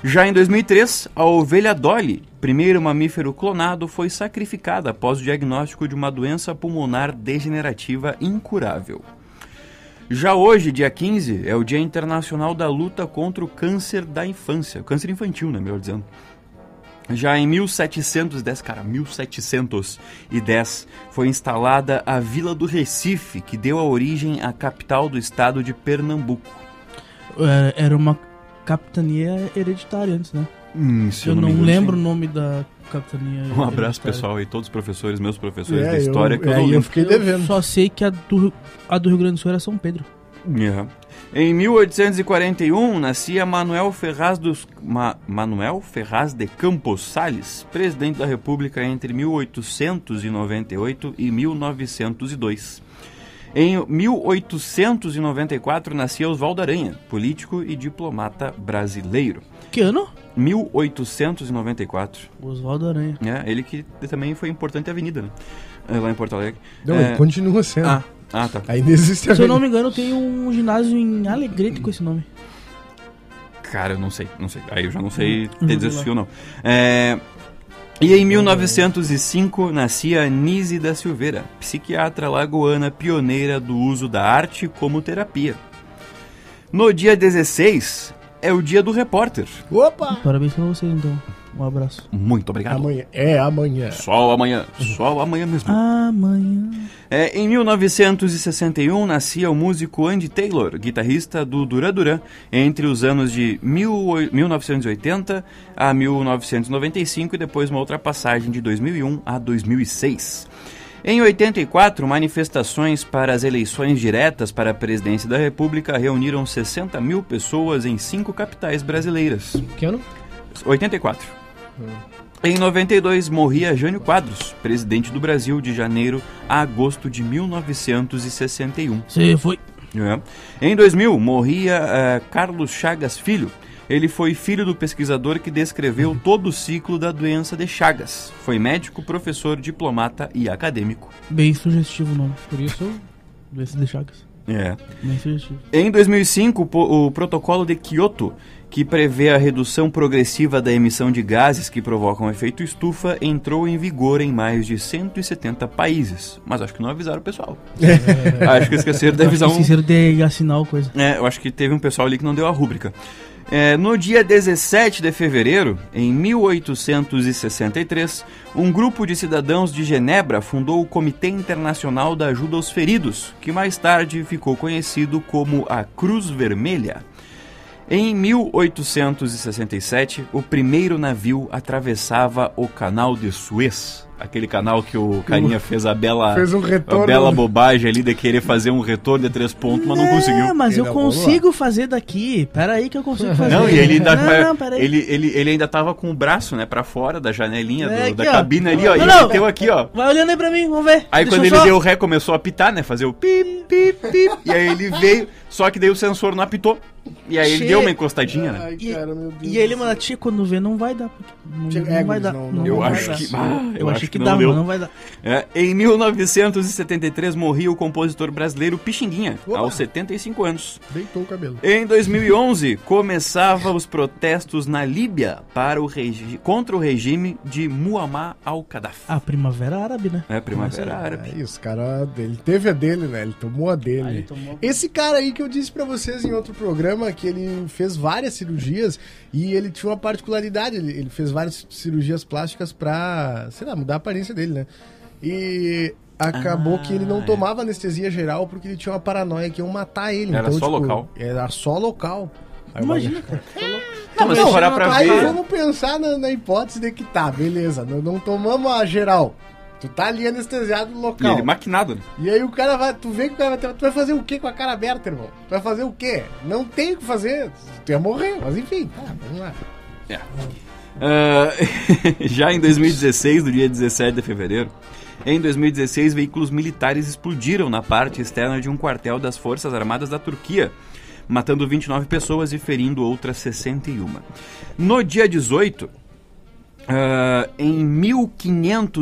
Speaker 5: Já em 2003, a ovelha Dolly, primeiro mamífero clonado, foi sacrificada após o diagnóstico de uma doença pulmonar degenerativa incurável. Já hoje, dia 15, é o Dia Internacional da Luta contra o Câncer da Infância. Câncer infantil, né, melhor dizendo. Já em 1710, cara, 1710, foi instalada a Vila do Recife, que deu a origem à capital do estado de Pernambuco.
Speaker 3: Era, É, era uma capitania hereditária antes, né?
Speaker 5: Hum, se
Speaker 3: eu
Speaker 5: me
Speaker 3: não,
Speaker 5: engano,
Speaker 3: lembro
Speaker 5: sim.
Speaker 3: o nome da capitania.
Speaker 5: Um abraço,
Speaker 3: hereditária.
Speaker 5: pessoal, aí, todos os professores, meus professores
Speaker 4: É,
Speaker 5: da história,
Speaker 4: eu,
Speaker 5: que eu
Speaker 4: é,
Speaker 5: não
Speaker 4: eu
Speaker 5: lembro.
Speaker 4: fiquei devendo.
Speaker 3: Eu só sei que a do, a do Rio Grande do Sul era São Pedro.
Speaker 5: É. Em 1841, nascia Manuel Ferraz dos Ma- Manuel Ferraz de Campos Sales, presidente da República entre 1898 e 1902. Em 1894 nascia Oswaldo Aranha, político e diplomata brasileiro.
Speaker 3: Que ano?
Speaker 5: 1894,
Speaker 3: Oswaldo Aranha.
Speaker 5: né? Ele que também foi importante a avenida, né? É, Lá em Porto Alegre.
Speaker 4: Não,
Speaker 5: É,
Speaker 4: ele continua sendo.
Speaker 5: ah, ah, tá.
Speaker 4: Ainda existe a
Speaker 3: Se eu não
Speaker 4: vida.
Speaker 3: me engano, tem um ginásio em Alegrete com esse nome.
Speaker 5: Cara, eu não sei, não sei. Aí eu já não sei
Speaker 3: Hum,
Speaker 5: te dizer
Speaker 3: vamos lá.
Speaker 5: se ou não. É, E em 1905 nascia Nise da Silveira, psiquiatra lagoana pioneira do uso da arte como terapia. No dia 16 é o dia do repórter.
Speaker 4: Opa!
Speaker 3: Parabéns pra vocês, então. Um abraço.
Speaker 5: Muito obrigado.
Speaker 4: Amanhã. É amanhã.
Speaker 5: Sol amanhã, sol amanhã mesmo.
Speaker 3: Amanhã.
Speaker 5: É, em 1961 nascia o músico Andy Taylor, guitarrista do Duran Duran, entre os anos de mil oi- 1980 a 1995 e depois uma outra passagem de 2001 a 2006. Em 84, manifestações para as eleições diretas para a presidência da República reuniram 60 mil pessoas em cinco capitais brasileiras.
Speaker 6: Que ano?
Speaker 5: 84. Em 92 morria Jânio Quadros, presidente do Brasil de janeiro a agosto de 1961.
Speaker 3: Você foi.
Speaker 5: né? um. Em 2000 morria eh, Carlos Chagas Filho. Ele foi filho do pesquisador que descreveu todo o ciclo da doença de Chagas. Foi médico, professor, diplomata e acadêmico.
Speaker 3: Bem sugestivo o nome.
Speaker 6: Por isso,
Speaker 3: Desse de Chagas.
Speaker 5: É.
Speaker 3: Bem sugestivo.
Speaker 5: Em 2005, o po- o Protocolo de Kyoto, que prevê a redução progressiva da emissão de gases que provocam efeito estufa, entrou em vigor em mais de 170 países. Mas acho que não avisaram o pessoal. acho que esqueceram de avisar
Speaker 3: Acho que
Speaker 5: um.
Speaker 3: Sincero de assinar o coisa.
Speaker 5: É, eu acho que teve um pessoal ali que não deu a rúbrica. É, no dia 17 de fevereiro, em 1863, um grupo de cidadãos de Genebra fundou o Comitê Internacional da Ajuda aos Feridos, que mais tarde ficou conhecido como a Cruz Vermelha. Em 1867, o primeiro navio atravessava o Canal de Suez, aquele canal que o Carinha fez a
Speaker 3: Ah,
Speaker 5: bela,
Speaker 4: Fez um
Speaker 5: a
Speaker 4: retorno.
Speaker 5: bela bobagem ali de querer fazer um retorno de três pontos, mas não conseguiu.
Speaker 3: É, mas
Speaker 4: Ele
Speaker 3: eu
Speaker 4: não rolou.
Speaker 3: consigo fazer daqui. Pera aí que eu consigo fazer.
Speaker 5: Não, e ele ainda,
Speaker 3: Não, não, pera aí.
Speaker 5: ele, ele, ele ainda tava com o braço, né, pra fora da janelinha do-
Speaker 3: É, aqui,
Speaker 5: da
Speaker 3: ó.
Speaker 5: cabine ali, ó.
Speaker 3: Não,
Speaker 5: e
Speaker 3: não.
Speaker 5: ele deu aqui, ó.
Speaker 3: Vai olhando aí pra mim, vamos ver.
Speaker 5: Aí
Speaker 3: Deixa
Speaker 5: quando
Speaker 3: eu
Speaker 5: ele
Speaker 3: só-
Speaker 5: deu o ré, começou a apitar, né? Fazer o pi, pi, pi. e aí ele veio, só que daí o sensor não apitou. E aí ele
Speaker 3: Che-
Speaker 5: deu uma encostadinha, né?
Speaker 4: Ai,
Speaker 3: E-
Speaker 4: cara, meu Deus.
Speaker 3: E ele, mano, tia, quando vê, não vai dar. Não,
Speaker 4: Chega-
Speaker 3: não
Speaker 4: é,
Speaker 3: vai
Speaker 4: guris,
Speaker 3: dar.
Speaker 4: não-
Speaker 3: não
Speaker 5: Eu
Speaker 3: vai
Speaker 5: acho
Speaker 3: dar.
Speaker 5: que- Ah, eu
Speaker 3: eu
Speaker 5: acho
Speaker 3: achei
Speaker 5: que
Speaker 3: que
Speaker 5: não
Speaker 3: dá,
Speaker 5: deu.
Speaker 3: mas não vai dar.
Speaker 5: É, em 1973 morria o compositor brasileiro Pixinguinha,
Speaker 4: Opa.
Speaker 5: aos 75 anos.
Speaker 4: Deitou o cabelo.
Speaker 5: Em 2011 começava os protestos na Líbia para o regi- contra o regime de Muammar al-Gaddafi.
Speaker 3: Ah, primavera árabe, né?
Speaker 5: É, primavera árabe.
Speaker 4: Aí os caras. Ele teve a dele, né? Ele tomou a dele.
Speaker 3: Aí tomou-
Speaker 4: Esse cara aí que eu disse pra vocês em outro programa que ele fez várias cirurgias e ele tinha uma particularidade, ele, ele fez várias cirurgias plásticas pra, sei lá, mudar a aparência dele, né? E acabou que ele não
Speaker 5: é.
Speaker 4: tomava anestesia geral porque ele tinha uma paranoia que iam matar ele. Então, tipo,
Speaker 5: Era só local.
Speaker 4: Era só local. Aí eu
Speaker 3: Imagina, cara.
Speaker 5: Não, mas se parar pra
Speaker 4: Aí
Speaker 5: ver.
Speaker 4: vamos pensar na, na hipótese de que tá, beleza, nós não tomamos a geral. Tu tá ali anestesiado no
Speaker 5: E
Speaker 4: local.
Speaker 5: ele maquinado, né?
Speaker 4: E aí o cara vai. Tu vê que o cara vai. ter- Tu vai fazer o quê com a cara aberta, irmão? Tu vai fazer o quê? Não tem o que fazer. Tu ia morrer, mas enfim. Tá, vamos lá.
Speaker 5: Ah, já em 2016, no dia 17 de fevereiro, em 2016, veículos militares explodiram na parte externa de um quartel das Forças Armadas da Turquia, matando 29 pessoas e ferindo outras 61. No dia 18, ah, em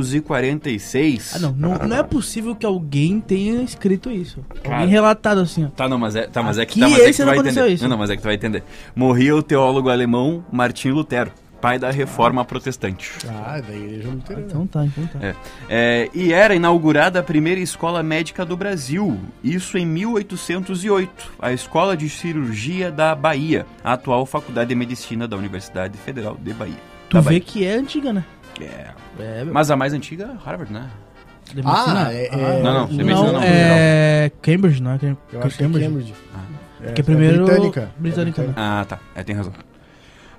Speaker 5: 1546.
Speaker 3: Ah, não, não. Não é possível que alguém tenha escrito isso.
Speaker 5: Cara.
Speaker 3: Alguém relatado assim, ó.
Speaker 5: Tá, não, mas é, tá, mas é que, tá,
Speaker 3: Aqui
Speaker 5: mas é que
Speaker 3: esse
Speaker 5: tu
Speaker 3: não
Speaker 5: vai
Speaker 3: aconteceu
Speaker 5: entender.
Speaker 3: isso.
Speaker 5: Não, não, mas é que tu vai entender. Morria o teólogo alemão Martim Lutero, pai da reforma protestante.
Speaker 4: Ah, da igreja luterana.
Speaker 3: Então tá, então tá.
Speaker 5: É. É, e era inaugurada a primeira escola médica do Brasil, isso em 1808, a Escola de Cirurgia da Bahia, a atual Faculdade de Medicina da Universidade Federal de Bahia.
Speaker 3: Tu
Speaker 5: Da
Speaker 3: vê
Speaker 5: Bahia.
Speaker 3: que é antiga, né?
Speaker 5: É.
Speaker 3: É,
Speaker 5: Mas a mais antiga é Harvard, né?
Speaker 3: de
Speaker 4: Ah,
Speaker 3: medicina.
Speaker 4: é,
Speaker 3: Ah,
Speaker 4: é-
Speaker 5: Não, não, de medicina
Speaker 3: não,
Speaker 5: não,
Speaker 3: é Cambridge, não é? Cam-
Speaker 4: Eu acho que é
Speaker 3: Cambridge.
Speaker 4: Cambridge. É,
Speaker 3: Porque primeiro.
Speaker 4: britânica.
Speaker 3: Britânica, né?
Speaker 5: Ah, tá. É, tem razão.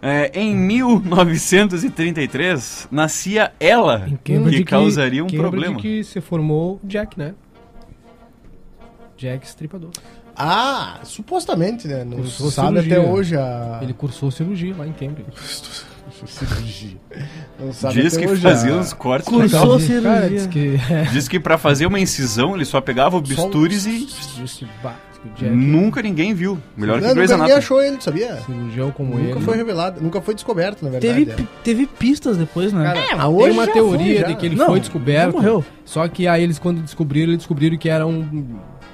Speaker 5: É, em 1933, nascia ela,
Speaker 6: Em
Speaker 4: Hum.
Speaker 6: Cambridge
Speaker 5: que causaria um
Speaker 6: Cambridge
Speaker 5: problema.
Speaker 6: que se formou Jack, né? Jack Stripador.
Speaker 4: Ah, supostamente, né? Não
Speaker 6: Como se
Speaker 4: se
Speaker 6: fosse
Speaker 4: sabe
Speaker 6: cirurgia.
Speaker 4: até hoje a.
Speaker 6: Ele cursou cirurgia lá em Cambridge.
Speaker 4: Cirurgia. Não sabe
Speaker 5: Diz
Speaker 4: até
Speaker 5: que
Speaker 4: hoje ah,
Speaker 5: fazia
Speaker 4: a-
Speaker 5: uns cortes
Speaker 3: Cursou
Speaker 5: legal.
Speaker 4: é
Speaker 3: cirurgia.
Speaker 6: Cara, diz que...
Speaker 3: É.
Speaker 5: Diz que pra fazer uma incisão ele só pegava o
Speaker 4: só
Speaker 5: bistúris
Speaker 4: um-
Speaker 5: e
Speaker 6: diz que, bah, diz que o Jack,
Speaker 5: Nunca ninguém viu. Melhor
Speaker 4: Não,
Speaker 5: que Grey's
Speaker 4: nunca ninguém achou
Speaker 5: Anatomy.
Speaker 4: ele, sabia?
Speaker 6: cirurgião como
Speaker 4: Nunca
Speaker 6: ele... né?
Speaker 4: foi revelado, nunca foi descoberto, na verdade.
Speaker 3: Teve,
Speaker 4: é.
Speaker 3: pi- teve pistas depois, né? É,
Speaker 4: Cara, ah,
Speaker 6: Tem
Speaker 4: hoje
Speaker 6: uma
Speaker 4: já
Speaker 6: teoria
Speaker 4: foi, já.
Speaker 6: de que ele
Speaker 3: Não,
Speaker 6: foi descoberto.
Speaker 3: já morreu.
Speaker 6: Só que aí eles, quando descobriram, eles descobriram que era um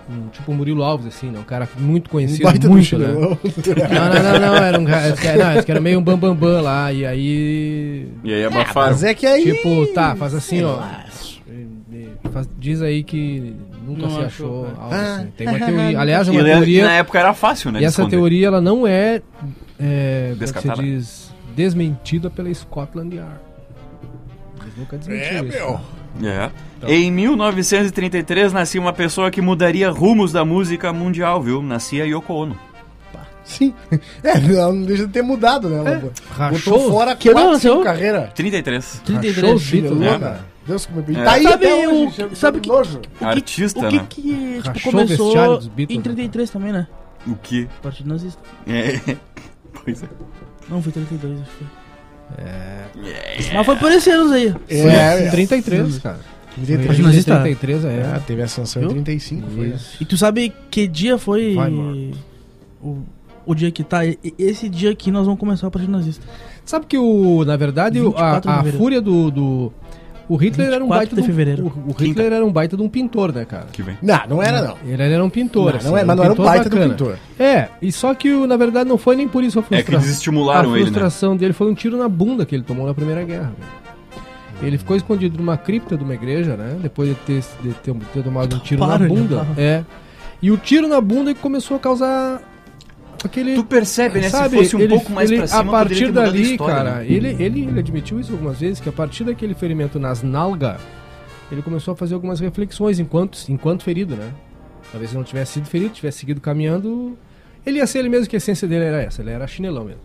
Speaker 6: um- tipo o Murilo Alves, assim, né? Um cara muito conhecido,
Speaker 4: Baita do
Speaker 6: muito, né? Não,
Speaker 4: chinelão.
Speaker 6: não, não, não, era um cara, esse cara- não, esse cara era meio um bambambam bam, bam lá, e aí...
Speaker 5: E aí abafaram.
Speaker 4: Mas é que aí.
Speaker 6: Tipo, tá, faz assim, ó. Faz- diz aí que nunca
Speaker 3: Não
Speaker 6: se
Speaker 3: achou,
Speaker 6: achou.
Speaker 3: cara.
Speaker 6: algo assim. Tem uma teoria, aliás, é
Speaker 5: E
Speaker 6: uma
Speaker 5: le-
Speaker 6: teoria...
Speaker 5: na época era fácil, né?
Speaker 6: E
Speaker 5: de
Speaker 6: essa
Speaker 5: esconder.
Speaker 6: teoria ela não é, é como que se
Speaker 5: Descartada.
Speaker 6: diz, desmentida pela Scotland Yard. Eles nunca desmentiram isso.
Speaker 5: É. Em 1933 nascia uma pessoa que mudaria rumos da música mundial, viu? Nascia Yoko Ono.
Speaker 4: Sim. É, ela não deixa de ter mudado, né? Ela botou
Speaker 6: Rachou,
Speaker 4: fora
Speaker 3: Que ano
Speaker 4: quatro,
Speaker 3: nasceu?
Speaker 4: cinco carreira.
Speaker 5: 33.
Speaker 6: rachou
Speaker 3: 33
Speaker 6: os Beatles, né?
Speaker 4: Chinelona. Deus como é bem.
Speaker 5: É.
Speaker 4: Tá aí
Speaker 3: Sabe
Speaker 4: até
Speaker 3: o-
Speaker 4: hoje, chega-
Speaker 3: sabe que-
Speaker 4: nojo.
Speaker 5: Artista,
Speaker 3: O que
Speaker 5: né?
Speaker 3: que, tipo,
Speaker 6: Rachou o vestiário
Speaker 3: começou
Speaker 6: dos Beatles,
Speaker 3: em 33 também, né?
Speaker 5: O que?
Speaker 3: Partido nazista.
Speaker 5: É. Pois é.
Speaker 3: Não, foi 32, acho que foi. É. Mas foi por esses anos aí.
Speaker 4: É, é.
Speaker 6: 33, cara.
Speaker 4: Direito-
Speaker 3: Mas nós está.
Speaker 6: 33 é.
Speaker 4: É, teve ascensão em
Speaker 3: Viu?
Speaker 4: 35, foi isso.
Speaker 3: E tu sabe que dia foi
Speaker 6: Vai, Marcos.
Speaker 3: o, o dia que tá? E- e- Esse dia aqui nós vamos começar o Partido Nazista.
Speaker 6: Sabe que o, na verdade, o- a,
Speaker 3: 24 de
Speaker 6: a
Speaker 3: fevereiro.
Speaker 6: fúria do, do o Hitler era um
Speaker 3: 24
Speaker 6: baita
Speaker 3: de
Speaker 6: de um,
Speaker 3: fevereiro.
Speaker 6: o, o Hitler era um baita de um pintor, né, cara?
Speaker 5: Que vem.
Speaker 4: Não, não era não.
Speaker 6: Ele era um pintor,
Speaker 4: Não,
Speaker 6: assim,
Speaker 4: não é, mas não era um baita do
Speaker 6: bacana.
Speaker 4: pintor.
Speaker 6: É, e só que o- na verdade não foi nem por isso a
Speaker 5: É que
Speaker 6: frustração.
Speaker 5: desestimularam
Speaker 6: a
Speaker 5: ele, né?
Speaker 6: frustração dele foi um tiro na bunda que ele tomou na Primeira Guerra. velho. Ele ficou escondido numa cripta de uma igreja, né? Depois de ter, de ter- ter tomado um tiro
Speaker 3: Taparam,
Speaker 6: na bunda.
Speaker 3: né?
Speaker 6: É. E o tiro na bunda que começou a causar aquele.
Speaker 5: Tu percebe, né?
Speaker 6: sabe,
Speaker 5: Se fosse um
Speaker 6: ele-
Speaker 5: pouco mais
Speaker 6: ele-
Speaker 5: pra cima,
Speaker 6: A
Speaker 5: poderia ter
Speaker 6: partir
Speaker 5: mudado a
Speaker 6: dali,
Speaker 5: história,
Speaker 6: cara,
Speaker 5: né?
Speaker 6: ele, é- ele, ele admitiu isso algumas vezes, que a partir daquele ferimento nas nalgas, ele começou a fazer algumas reflexões enquanto, enquanto ferido, né? Talvez ele não tivesse sido ferido, tivesse seguido caminhando. Ele ia ser ele mesmo, que a essência dele era essa, ele era chinelão mesmo.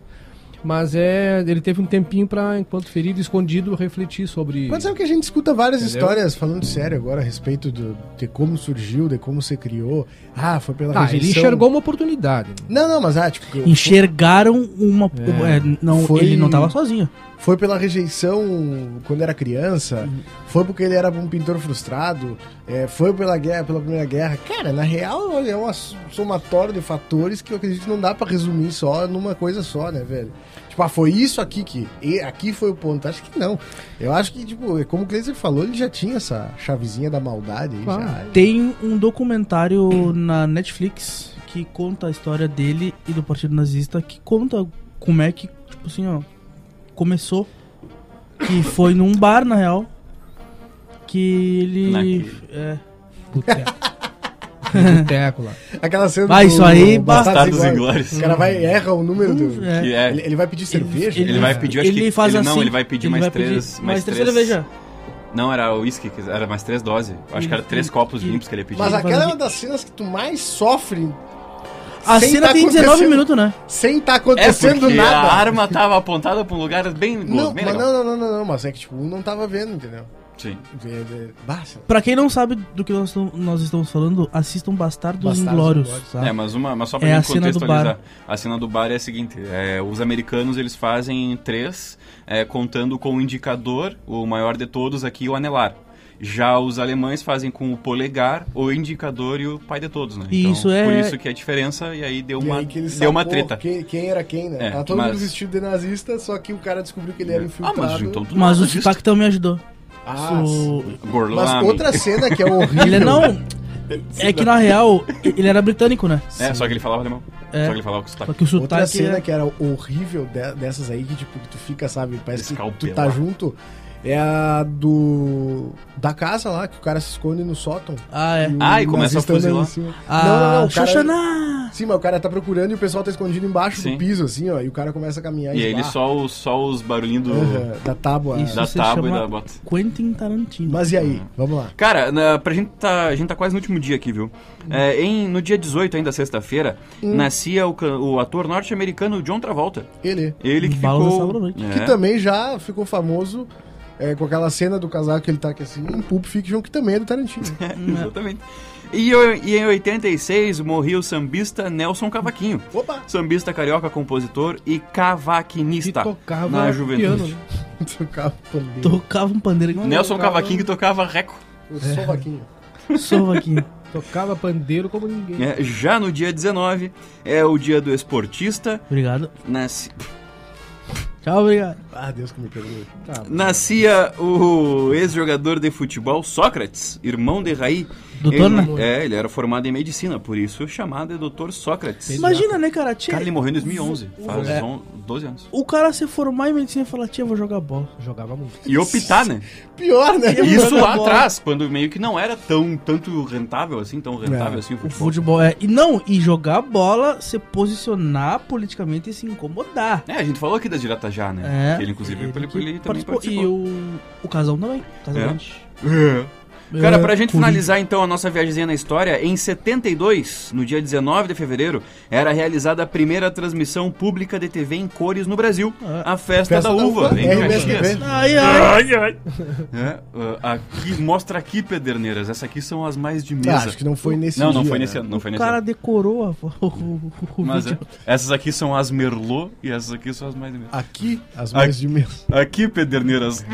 Speaker 6: Mas é, ele teve um tempinho pra, enquanto ferido, escondido, refletir sobre.
Speaker 5: é-
Speaker 4: Mas sabe que a gente escuta várias
Speaker 6: Entendeu?
Speaker 4: histórias falando sério agora a respeito do, de como surgiu, de como se criou. Ah, foi pela
Speaker 6: Ah, ele
Speaker 4: rejeição.
Speaker 6: enxergou uma oportunidade. né?
Speaker 4: Não, não, mas ah, tipo,
Speaker 3: Enxergaram uma. é, não,
Speaker 4: Foi-
Speaker 3: Ele não tava sozinho.
Speaker 4: foi pela rejeição quando era criança, foi porque ele era um pintor frustrado, é, foi pela guerra, pela primeira guerra. Cara, na real olha, é uma somatório de fatores que eu acredito que não dá pra resumir só numa coisa só, né, velho? Tipo, ah, foi isso aqui que. e aqui foi o ponto. Acho que não. Eu acho que, tipo, é como o Cleiton falou, ele já tinha essa chavezinha da maldade aí.
Speaker 6: Claro.
Speaker 4: já.
Speaker 3: Tem um documentário na Netflix que conta a história dele e do Partido Nazista, que conta como é que, tipo assim, ó, começou. Que foi num bar, na real. Que ele.
Speaker 5: Naquele.
Speaker 3: É.
Speaker 6: Boteco. Aquele boteco lá.
Speaker 4: Aquela cena
Speaker 3: Vai, isso aí,
Speaker 5: Bastardos
Speaker 4: Bastardos
Speaker 5: Inglórios.
Speaker 4: O cara vai, erra o número do.
Speaker 3: É.
Speaker 5: Que é-
Speaker 4: Ele, ele vai pedir cerveja?
Speaker 5: ele vai pedir, acho que- ele
Speaker 3: assim,
Speaker 5: não, ele vai pedir mais três- mais três.
Speaker 3: três cerveja.
Speaker 5: Não, era o uísque, que era mais três doses. Acho que era três copos limpos que ele ia pedir.
Speaker 4: Mas
Speaker 3: vai
Speaker 4: aquela é uma
Speaker 3: pedir.
Speaker 4: das cenas que tu mais sofre
Speaker 3: A
Speaker 4: Sem
Speaker 3: cena
Speaker 4: tá
Speaker 3: tem 19
Speaker 4: acontecendo.
Speaker 3: minutos, né?
Speaker 4: sem tá
Speaker 5: É
Speaker 4: acontecendo
Speaker 5: porque
Speaker 4: nada.
Speaker 5: a arma tava apontada pra um lugar bem...
Speaker 4: Não,
Speaker 5: bem
Speaker 4: mas não,
Speaker 5: legal.
Speaker 4: não, não, não, não, mas é que tipo, um não tava vendo, entendeu?
Speaker 5: Sim.
Speaker 4: É, é, Basta.
Speaker 3: Pra quem não sabe do que nós, tam- nós estamos falando, assistam Bastardos,
Speaker 4: Bastardos
Speaker 3: Inglórios.
Speaker 4: Inglórios.
Speaker 3: tá?
Speaker 5: É, mas, uma, mas só pra
Speaker 3: É
Speaker 5: gente
Speaker 3: a cena do
Speaker 5: contextualizar. A cena do bar é a seguinte: é, os americanos eles fazem três, é, contando com o indicador, o maior de todos aqui, o anelar. Já os alemães fazem com o polegar, o indicador e o pai de todos, né?
Speaker 3: E isso é-
Speaker 5: Por isso que é a diferença, e aí deu
Speaker 4: E
Speaker 5: uma,
Speaker 4: aí que ele
Speaker 5: deu uma
Speaker 4: sacou
Speaker 5: treta.
Speaker 4: Quem, quem era quem, né?
Speaker 5: É,
Speaker 4: Tava todo mundo
Speaker 5: mas-
Speaker 4: vestido de nazista, só que o cara descobriu que ele era
Speaker 5: Ah,
Speaker 4: infiltrado.
Speaker 5: mas então tudo
Speaker 3: Mas o
Speaker 5: nada disso.
Speaker 3: sotaque também ajudou.
Speaker 4: Ah, sim.
Speaker 3: Isso-
Speaker 5: Gorlami.
Speaker 4: mas outra cena que é horrível.
Speaker 3: Ele não. É que na real, ele era britânico, né?
Speaker 5: É, só que ele falava alemão.
Speaker 3: É.
Speaker 5: Só que ele falava com
Speaker 3: Só
Speaker 5: sotaque.
Speaker 3: que o
Speaker 4: Outra
Speaker 3: sotaque.
Speaker 4: cena
Speaker 3: é-
Speaker 4: que era horrível de- dessas aí, que tipo, que tu fica, sabe, parece que tu tá
Speaker 5: Escalpelar.
Speaker 4: junto, é a do. Da casa lá, que o cara se esconde no sótão.
Speaker 3: Ah, é.
Speaker 4: o
Speaker 5: Ah, e começa
Speaker 4: nazista
Speaker 5: a
Speaker 4: anda
Speaker 5: fuzilar.
Speaker 4: em cima.
Speaker 3: Ah,
Speaker 4: não, não, não, o cara-
Speaker 3: Xoxana!
Speaker 4: Sim, mas o cara tá procurando e o pessoal tá escondido embaixo
Speaker 5: Sim.
Speaker 4: do piso, assim, ó. E o cara começa a caminhar
Speaker 5: E aí ele
Speaker 4: esbarra.
Speaker 5: só, o- só os barulhinhos do,
Speaker 4: Aham, da tábua.
Speaker 3: Uhum. Isso.
Speaker 5: da
Speaker 3: se
Speaker 5: tábua
Speaker 3: chama-
Speaker 5: e da bota.
Speaker 3: Quentin Tarantino.
Speaker 4: Mas e aí?
Speaker 5: Uhum.
Speaker 4: Vamos lá.
Speaker 5: Cara, na, pra gente tá, a gente tá quase no último dia aqui, viu? É, em, no dia 18, ainda sexta-feira, nascia o, can- o ator norte-americano John Travolta.
Speaker 4: Ele.
Speaker 5: Ele que
Speaker 3: Balas da Sábado à
Speaker 5: ficou...
Speaker 3: Noite.
Speaker 5: É.
Speaker 4: Que também já ficou famoso é, com aquela cena do casaco que ele tá aqui assim, em Pulp Fiction, que também é do Tarantino.
Speaker 5: Exatamente. E, o- e em 86 morria o sambista Nelson Cavaquinho.
Speaker 4: Opa!
Speaker 5: Sambista carioca, compositor e
Speaker 6: Que
Speaker 5: cavaquinista
Speaker 6: tocava
Speaker 5: na juventude.
Speaker 6: piano, né?
Speaker 4: Tocava o pandeiro.
Speaker 3: Tocava um pandeiro.
Speaker 5: Nelson Cavaquinho que tocava reco.
Speaker 4: O sovaquinho.
Speaker 3: Sova aqui.
Speaker 6: Tocava pandeiro como ninguém.
Speaker 5: É, já no dia 19 é o dia do esportista.
Speaker 3: Obrigado.
Speaker 5: Nasce,
Speaker 3: Tchau, obrigado.
Speaker 4: Ah, Deus que me perdoe. Tá,
Speaker 5: Nascia o ex-jogador de futebol Sócrates, irmão de Raí,
Speaker 3: Doutor,
Speaker 5: ele,
Speaker 3: né?
Speaker 5: É, ele era formado em medicina, por isso chamado é Doutor Sócrates.
Speaker 3: Imagina, né, cara? Tia,
Speaker 5: Cara, ele morreu em 2011, faz
Speaker 3: É.
Speaker 5: on- 12 anos.
Speaker 3: O cara se formar em medicina e falar, tia, eu vou jogar bola.
Speaker 6: Jogava muito.
Speaker 5: E optar, né?
Speaker 4: Pior, né?
Speaker 5: E Isso
Speaker 3: Jogar
Speaker 5: lá
Speaker 3: bola.
Speaker 5: atrás, quando meio que não era tão tanto rentável assim, tão rentável assim o
Speaker 3: O
Speaker 5: futebol.
Speaker 3: futebol é. E não, e jogar bola, se posicionar politicamente e se incomodar.
Speaker 5: É, a gente falou aqui da Direta Já, né?
Speaker 3: É.
Speaker 5: Que ele, inclusive, ele,
Speaker 3: que
Speaker 5: ele também
Speaker 3: E
Speaker 5: participou.
Speaker 3: o, o casal também. O casal
Speaker 5: É.
Speaker 3: antes.
Speaker 5: É. Cara, pra gente
Speaker 3: Covid.
Speaker 5: finalizar então a nossa viagemzinha na história, em 72, no dia 19 de fevereiro, era realizada a primeira transmissão pública de TV em cores no Brasil, a Festa, da, Uva, em
Speaker 4: RBSTV.
Speaker 5: Caxias.
Speaker 3: Ai, ai.
Speaker 5: É, uh, aqui, mostra aqui, Pederneiras, essas aqui são as mais de
Speaker 4: Ah,
Speaker 5: mesa.
Speaker 4: acho que não foi nesse
Speaker 5: não, não
Speaker 4: dia,
Speaker 5: foi
Speaker 4: né?
Speaker 5: nesse ano, não foi
Speaker 3: O
Speaker 5: nesse
Speaker 3: cara
Speaker 5: ano.
Speaker 3: decorou a- o, o- o
Speaker 5: É. Mas é,
Speaker 3: vídeo.
Speaker 5: essas aqui são as Merlot e essas aqui são as mais de mesa.
Speaker 4: Aqui, as mais de mês.
Speaker 5: Aqui, Pederneiras.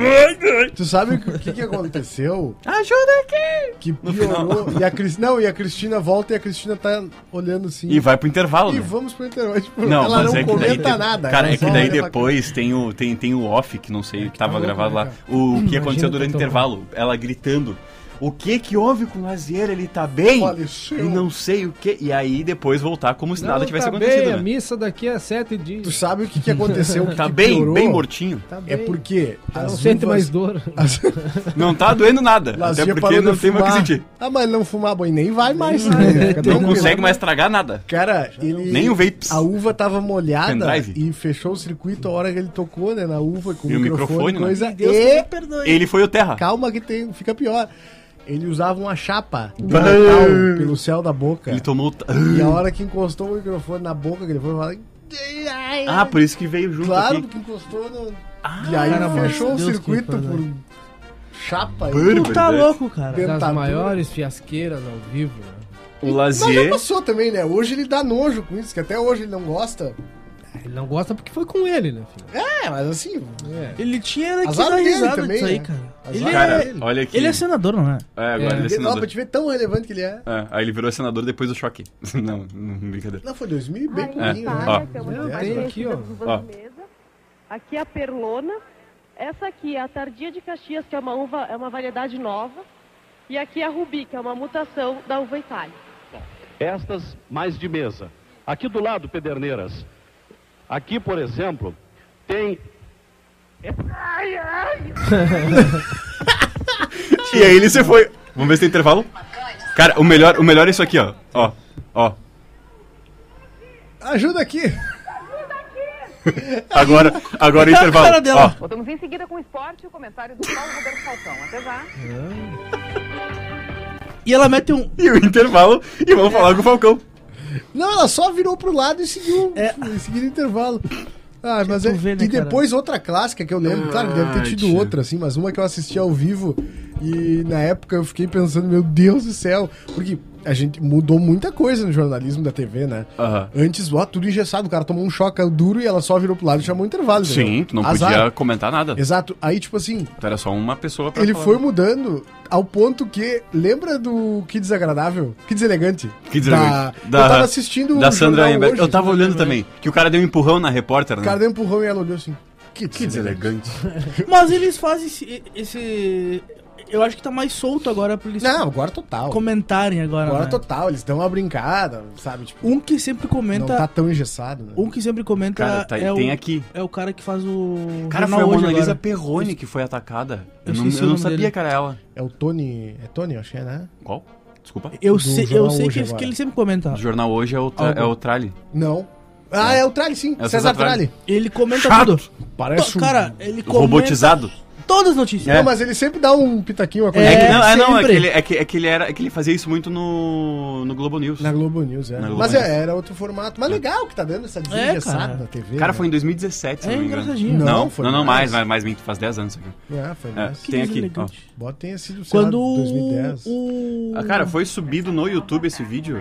Speaker 4: Tu sabe o que, que aconteceu?
Speaker 5: Ajuda aqui!
Speaker 4: Que
Speaker 5: No final.
Speaker 4: piorou. E a Cris... Não, e a Cristina volta e a Cristina tá olhando assim.
Speaker 5: E vai pro intervalo,
Speaker 4: E
Speaker 5: né?
Speaker 4: vamos pro intervalo. Tipo,
Speaker 5: Não,
Speaker 4: ela
Speaker 5: mas
Speaker 4: não
Speaker 5: é que daí
Speaker 4: comenta
Speaker 5: tem-
Speaker 4: nada.
Speaker 5: Cara,
Speaker 4: ela
Speaker 5: é que
Speaker 4: só
Speaker 5: daí
Speaker 4: olha pra-
Speaker 5: depois tem o, tem, tem o off, que não sei, que tava
Speaker 6: tá louco,
Speaker 5: gravado
Speaker 6: né,
Speaker 5: lá.
Speaker 6: cara?
Speaker 5: O que aconteceu
Speaker 4: tá
Speaker 6: imagina
Speaker 5: durante o
Speaker 6: que eu tô
Speaker 5: intervalo. Ela gritando. O que que houve com o Lazier? Ele tá bem?
Speaker 4: Faleceu.
Speaker 5: E não sei o que. E aí depois voltar como se nada
Speaker 6: Não,
Speaker 5: tivesse
Speaker 6: tá
Speaker 5: acontecido,
Speaker 6: bem, A
Speaker 5: né?
Speaker 6: missa daqui é sete
Speaker 4: Tu
Speaker 6: dias.
Speaker 4: sabe o que, que aconteceu? o que
Speaker 5: Tá
Speaker 4: que
Speaker 5: bem,
Speaker 4: piorou?
Speaker 5: bem mortinho.
Speaker 6: Tá
Speaker 4: É
Speaker 6: bem.
Speaker 4: porque.
Speaker 6: Já
Speaker 4: as
Speaker 6: não sente
Speaker 4: uvas-
Speaker 6: mais dor.
Speaker 4: As...
Speaker 5: Não tá doendo nada.
Speaker 4: Lazia
Speaker 5: até porque não
Speaker 4: de
Speaker 5: tem mais o que
Speaker 4: fumar.
Speaker 5: sentir.
Speaker 4: Ah, mas não fumar boi nem vai mais. né? Cada
Speaker 5: Não
Speaker 4: um
Speaker 5: consegue
Speaker 4: que-
Speaker 5: mais tragar nada.
Speaker 4: Cara, ele.
Speaker 5: Nem o vapes.
Speaker 4: A uva tava molhada
Speaker 5: Pendrive.
Speaker 4: e fechou o circuito a hora que ele tocou, né? Na uva com
Speaker 5: E
Speaker 4: o
Speaker 5: o
Speaker 4: microfone,
Speaker 5: microfone, né?
Speaker 4: coisa.
Speaker 3: Deus
Speaker 4: e
Speaker 3: me perdoe.
Speaker 5: Ele foi o Terra.
Speaker 4: calma que tem, fica pior. Ele usava uma chapa de metal pelo céu da boca.
Speaker 5: Ele tomou... o ta-
Speaker 4: E a hora que encostou o microfone na boca, que ele foi falar. "Ai,
Speaker 5: Ah, por isso que veio junto
Speaker 4: Claro,
Speaker 5: aqui.
Speaker 4: porque encostou no.
Speaker 5: Ah,
Speaker 4: e aí
Speaker 3: Cara, mas
Speaker 4: fechou o
Speaker 3: Deus que
Speaker 4: circuito
Speaker 3: pariu.
Speaker 4: por chapa.
Speaker 5: Puro,
Speaker 3: Tu tá
Speaker 5: verdade.
Speaker 3: louco, cara.
Speaker 4: Dentadura.
Speaker 6: Das maiores fiasqueiras ao vivo, né?
Speaker 5: O
Speaker 4: Mas já
Speaker 5: Lazier...
Speaker 4: passou também, né? Hoje ele dá nojo com isso, que até hoje ele não gosta.
Speaker 6: Ele não gosta porque foi com ele, né, filho?
Speaker 4: É, mas assim.
Speaker 6: É.
Speaker 3: Ele tinha que
Speaker 4: Azar
Speaker 3: dar
Speaker 4: dele
Speaker 3: risada
Speaker 4: também,
Speaker 3: disso aí,
Speaker 4: né?
Speaker 3: cara.
Speaker 4: Azar
Speaker 3: Ele
Speaker 5: Cara,
Speaker 3: é...
Speaker 5: olha aqui.
Speaker 3: Ele é senador, não é?
Speaker 5: É, agora ele
Speaker 6: É.
Speaker 5: é
Speaker 4: Vê, Ó,
Speaker 5: senador.
Speaker 4: pra te ver tão relevante que ele é.
Speaker 5: É, aí ele virou senador depois do choque. não, não, brincadeira.
Speaker 4: Não, foi 2000 e bem
Speaker 7: Bem
Speaker 4: pouquinho, né?
Speaker 5: Ó.
Speaker 6: Eu
Speaker 7: é mais
Speaker 6: tenho
Speaker 7: conhecida
Speaker 6: aqui, ó.
Speaker 7: dos Uva de Mesa. Aqui é a perlona. Essa aqui é a tardia de Caxias, que é uma uva, é uma variedade nova. E aqui é a rubi, que é uma mutação da uva itália.
Speaker 8: estas mais de mesa. Aqui do lado, Pederneiras. Aqui, por exemplo, tem.
Speaker 5: E aí ele se foi. Vamos ver se tem intervalo. Cara, o melhor, o melhor é isso aqui, ó. Ó, ó.
Speaker 4: Ajuda aqui.
Speaker 5: Agora, agora o
Speaker 3: Olha a
Speaker 5: intervalo.
Speaker 3: cara dela.
Speaker 5: Ó.
Speaker 9: Voltamos em seguida com o esporte e o comentário do Paulo Roberto Falcão. Até já.
Speaker 3: E ela mete um...
Speaker 5: E o intervalo, e vamos falar com o Falcão.
Speaker 4: Não, ela só virou pro lado e seguiu.
Speaker 3: É.
Speaker 4: E seguiu o intervalo. Ah, mas
Speaker 3: tu
Speaker 4: é,
Speaker 3: vê, né,
Speaker 4: e depois outra clássica que eu
Speaker 5: Ah,
Speaker 4: lembro, claro, deve ter tido
Speaker 5: tia.
Speaker 4: outra, assim, mas uma que eu assisti ao vivo e na época eu fiquei pensando, meu Deus do céu, porque a gente mudou muita coisa no jornalismo da TV, né?
Speaker 5: Aham.
Speaker 4: Antes, ó, tudo engessado, o cara tomou um choque duro e ela só virou pro lado e chamou o intervalo.
Speaker 5: Sim,
Speaker 4: entendeu?
Speaker 5: tu não
Speaker 4: Azar.
Speaker 5: podia comentar nada.
Speaker 4: Exato. Aí, tipo assim,
Speaker 5: Tu era só uma pessoa pra
Speaker 4: ele
Speaker 5: falar.
Speaker 4: foi mudando ao ponto que. Lembra do Que Desagradável? Que Deselegante?
Speaker 5: Que deselegante.
Speaker 4: Da, Eu tava assistindo
Speaker 5: da Sandra
Speaker 4: jornal
Speaker 5: Emberg.
Speaker 4: hoje,
Speaker 5: Eu tava olhando também. Que o cara deu um empurrão na repórter,
Speaker 4: O
Speaker 5: né?
Speaker 4: cara deu um empurrão e ela olhou assim. Que,
Speaker 5: Que deselegante.
Speaker 3: Mas eles fazem esse, esse- Eu acho que tá mais solto agora pra eles
Speaker 4: Não, agora total.
Speaker 3: comentarem agora.
Speaker 4: Agora tá-
Speaker 3: né?
Speaker 4: total. Eles dão uma brincada, sabe? Tipo,
Speaker 3: Um que sempre
Speaker 4: não
Speaker 3: comenta.
Speaker 4: tá tão engessado. Né?
Speaker 3: Um que sempre comenta.
Speaker 5: Cara, tá-
Speaker 3: é
Speaker 5: tem
Speaker 3: o,
Speaker 5: aqui.
Speaker 3: É o cara que faz o.
Speaker 5: Cara, foi
Speaker 3: jornal
Speaker 5: a
Speaker 3: hoje
Speaker 5: Mona Lisa
Speaker 3: agora.
Speaker 5: Perrone que foi atacada. Eu,
Speaker 3: Eu
Speaker 5: não,
Speaker 3: esqueci
Speaker 5: eu
Speaker 3: o
Speaker 5: não
Speaker 3: nome
Speaker 5: sabia
Speaker 3: dele.
Speaker 5: que era ela.
Speaker 4: É o Tony. É Tony, eu acho que é, né?
Speaker 5: Qual? Desculpa.
Speaker 3: Eu
Speaker 4: do
Speaker 3: sei, eu
Speaker 4: jornal
Speaker 3: sei
Speaker 4: hoje
Speaker 3: que,
Speaker 4: agora.
Speaker 3: que ele sempre comenta.
Speaker 5: O jornal hoje é o, tra
Speaker 3: Algo.
Speaker 5: é o Trali.
Speaker 4: Não. Ah, é o Trali, sim.
Speaker 5: É o
Speaker 4: César
Speaker 5: César Tralli.
Speaker 4: Trali.
Speaker 3: Ele comenta
Speaker 5: Chato.
Speaker 3: tudo.
Speaker 4: Parece um
Speaker 3: To- Cara, ele comenta
Speaker 5: Robotizado.
Speaker 3: todas as notícias.
Speaker 4: Não, mas ele sempre dá um pitaquinho, uma coisa.
Speaker 5: É, que,
Speaker 3: É,
Speaker 5: não, é, não, é que
Speaker 3: sempre.
Speaker 5: ele, é, que, é que ele era, é que ele fazia isso muito no, no Globo News.
Speaker 4: Na Globo News, é.
Speaker 5: Na Globo
Speaker 4: Mas
Speaker 5: News.
Speaker 4: é, era outro formato. Mas legal que tá dando
Speaker 6: É,
Speaker 4: essa
Speaker 3: cara.
Speaker 4: desengessada na TV.
Speaker 5: Cara,
Speaker 4: né?
Speaker 5: foi em 2017, se
Speaker 3: É
Speaker 5: eu não me engano.
Speaker 3: engraçadinho.
Speaker 5: Não,
Speaker 4: Não,
Speaker 5: não,
Speaker 4: foi
Speaker 5: não,
Speaker 4: mais.
Speaker 5: mais, mais, mais, mais, faz 10 anos isso aqui.
Speaker 4: É, foi
Speaker 5: É,
Speaker 4: nessa.
Speaker 5: tem aqui. ó.
Speaker 3: deselegante.
Speaker 4: Bota tenha sido, sei
Speaker 3: Quando
Speaker 4: lá,
Speaker 3: o.
Speaker 4: 2010.
Speaker 3: o-
Speaker 5: Ah, Cara, foi subido no YouTube esse vídeo.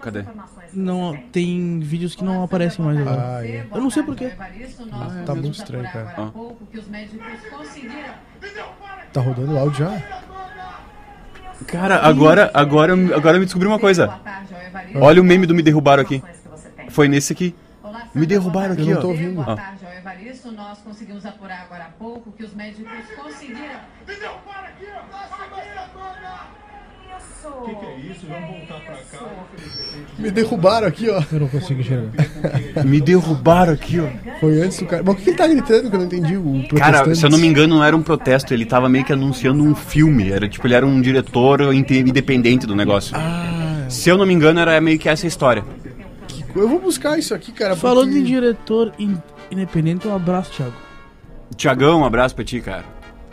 Speaker 5: Cadê?
Speaker 3: Não, tem vídeos que não aparecem mais agora.
Speaker 4: Ah, é.
Speaker 3: Eu não sei porquê.
Speaker 4: Tá muito estranho, cara.
Speaker 5: Ah.
Speaker 4: Tá rodando o áudio já?
Speaker 5: Cara, agora, agora, eu- agora eu me descobri uma coisa. Olha o meme do Me Derrubaram aqui. Foi nesse aqui. Me derrubaram aqui,
Speaker 4: Eu não tô
Speaker 5: ó.
Speaker 4: ouvindo.
Speaker 5: Ó.
Speaker 10: tarde ao Então, Evaristo. Nós conseguimos apurar agora há pouco que os médicos conseguiram. O que, é isso? Vamos voltar pra cá.
Speaker 4: Me derrubaram aqui, ó.
Speaker 6: Eu não consigo enxergar.
Speaker 5: Me derrubaram aqui, ó.
Speaker 4: Foi antes do cara. Mas o que que ele tá gritando que eu não entendi? O
Speaker 5: Cara, se eu não
Speaker 4: protestante?
Speaker 5: me engano, não era um protesto, ele tava meio que anunciando um filme. Era tipo, ele era um diretor inte- independente do negócio.
Speaker 3: Ah.
Speaker 5: Se eu não me engano, era meio que essa história.
Speaker 4: Eu vou buscar isso aqui, cara.
Speaker 3: Falando
Speaker 4: porque-
Speaker 3: em diretor in- independente, um abraço, Thiago.
Speaker 5: Tiagão, um abraço pra ti, cara.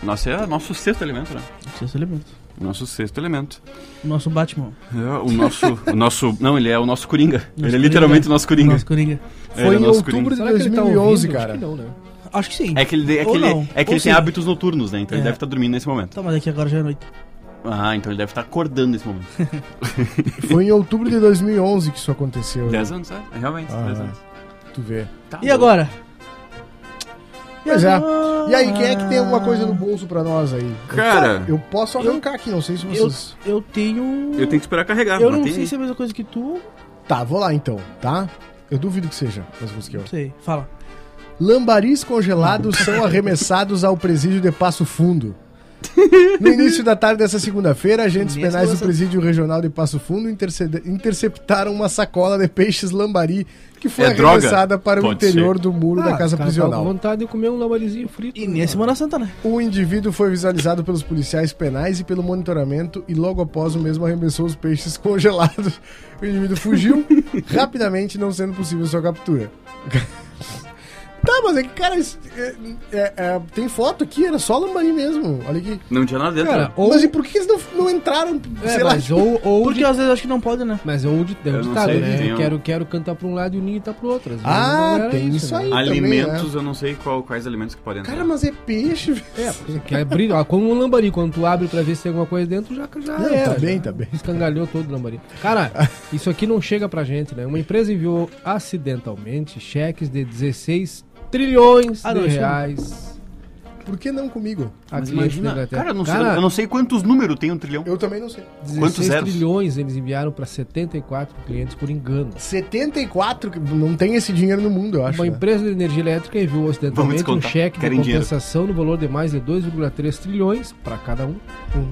Speaker 5: Nossa, é nosso sexto elemento, né?
Speaker 3: Sexto elemento.
Speaker 5: Nosso sexto elemento.
Speaker 3: Nosso Batman.
Speaker 5: É, o nosso. o nosso. Não, ele é o nosso Coringa. ele é
Speaker 3: Coringa.
Speaker 5: literalmente o nosso Coringa.
Speaker 3: Nosso Coringa.
Speaker 5: Ele
Speaker 4: Foi
Speaker 5: é
Speaker 4: em
Speaker 5: nosso
Speaker 4: outubro de
Speaker 6: Será que ele tá
Speaker 4: 2011,
Speaker 6: ouvindo?
Speaker 4: cara.
Speaker 6: Acho que não, né?
Speaker 3: Acho que sim.
Speaker 5: É que ele, é que
Speaker 3: Ou
Speaker 5: ele,
Speaker 3: não.
Speaker 5: é que
Speaker 3: Ou
Speaker 5: ele tem
Speaker 3: sim.
Speaker 5: hábitos noturnos, né? Então ele
Speaker 3: É.
Speaker 5: deve estar dormindo nesse momento.
Speaker 3: Tá, mas aqui agora já é noite.
Speaker 5: Ah, então ele deve estar acordando nesse momento.
Speaker 4: Foi em outubro de 2011 que isso aconteceu. né?
Speaker 5: 10 anos, é? Realmente,
Speaker 4: Ah,
Speaker 5: 10 anos.
Speaker 4: Tu vê.
Speaker 5: Tá
Speaker 3: E
Speaker 5: louco.
Speaker 3: agora?
Speaker 4: Pois é.
Speaker 3: agora?
Speaker 4: E aí, quem é que tem alguma coisa no bolso pra nós aí?
Speaker 5: Cara,
Speaker 4: Eu posso arrancar aqui, não sei se
Speaker 3: Eu,
Speaker 4: vocês.
Speaker 3: eu tenho. um-
Speaker 5: eu tenho que esperar carregar.
Speaker 3: Eu
Speaker 5: mas
Speaker 3: não
Speaker 5: tem-
Speaker 3: sei se é a mesma coisa que tu.
Speaker 4: Tá, vou lá então, tá? Eu duvido que seja, mas vou que eu.
Speaker 3: Não sei. Fala.
Speaker 4: Lambaris congelados são arremessados ao presídio de Passo Fundo. No início da tarde dessa segunda-feira, agentes
Speaker 3: Imenso
Speaker 4: penais do
Speaker 3: essa-
Speaker 4: presídio regional de Passo Fundo intercede- interceptaram uma sacola de peixes lambari que foi
Speaker 5: É droga?
Speaker 4: arremessada para o
Speaker 5: Pode
Speaker 4: interior do muro
Speaker 6: "Ah,
Speaker 4: da é casa
Speaker 6: cara, tava
Speaker 4: prisional.
Speaker 6: com vontade de comer um lambarizinho frito.
Speaker 3: E nesse Semana Santa, né?
Speaker 4: O indivíduo foi visualizado pelos policiais penais e pelo monitoramento e logo após o mesmo arremessou os peixes congelados. O indivíduo fugiu rapidamente, não sendo possível sua captura. tá, mas é que, cara, isso- é- é- é- tem foto aqui, era só lambari mesmo. Olha aqui.
Speaker 5: Não tinha nada dentro.
Speaker 6: Cara,
Speaker 5: né?
Speaker 6: ou...
Speaker 4: Mas e por que eles não, não entraram?
Speaker 6: É,
Speaker 4: sei lá,
Speaker 6: mas ou, ou
Speaker 3: Porque
Speaker 6: de...
Speaker 3: às vezes eu acho que não pode, né?
Speaker 6: Mas ou de... é
Speaker 5: Eu
Speaker 6: um
Speaker 5: não
Speaker 6: ditado,
Speaker 5: sei,
Speaker 6: né?
Speaker 5: tem um-
Speaker 6: Quero, quero cantar pra um lado e o ninho tá pro outro. Às vezes
Speaker 4: Ah,
Speaker 6: não era
Speaker 4: tem isso
Speaker 6: né?
Speaker 4: aí. também,
Speaker 5: alimentos, eu não sei qual, quais alimentos que podem entrar.
Speaker 4: Cara, mas é peixe, velho.
Speaker 6: É, porque quer abrir, ó, como um lambari, quando tu abre pra ver se tem alguma coisa dentro, já, já
Speaker 4: Não,
Speaker 6: era,
Speaker 4: tá bem,
Speaker 6: já
Speaker 4: tá bem.
Speaker 6: Escangalhou todo o lambari. Cara, isso aqui não chega pra gente, né? Uma empresa enviou acidentalmente cheques de 16 trilhões
Speaker 3: Ah, não,
Speaker 6: de
Speaker 3: isso não.
Speaker 6: reais
Speaker 4: Por que não comigo?
Speaker 6: a
Speaker 5: Mas
Speaker 6: clientes da
Speaker 5: imagina,
Speaker 6: Inglaterra.
Speaker 5: cara, eu não sei, eu não sei quantos números tem um trilhão.
Speaker 4: Eu também não sei.
Speaker 6: 16
Speaker 5: quantos zeros?
Speaker 6: trilhões eles enviaram pra 74 clientes por engano.
Speaker 4: 74, que não tem esse dinheiro no mundo, eu acho.
Speaker 6: Uma
Speaker 4: né?
Speaker 6: empresa de energia elétrica enviou acidentalmente um
Speaker 5: descontar.
Speaker 6: cheque de
Speaker 5: Querem dinheiro.
Speaker 6: compensação no valor de mais de 2,3 trilhões para cada um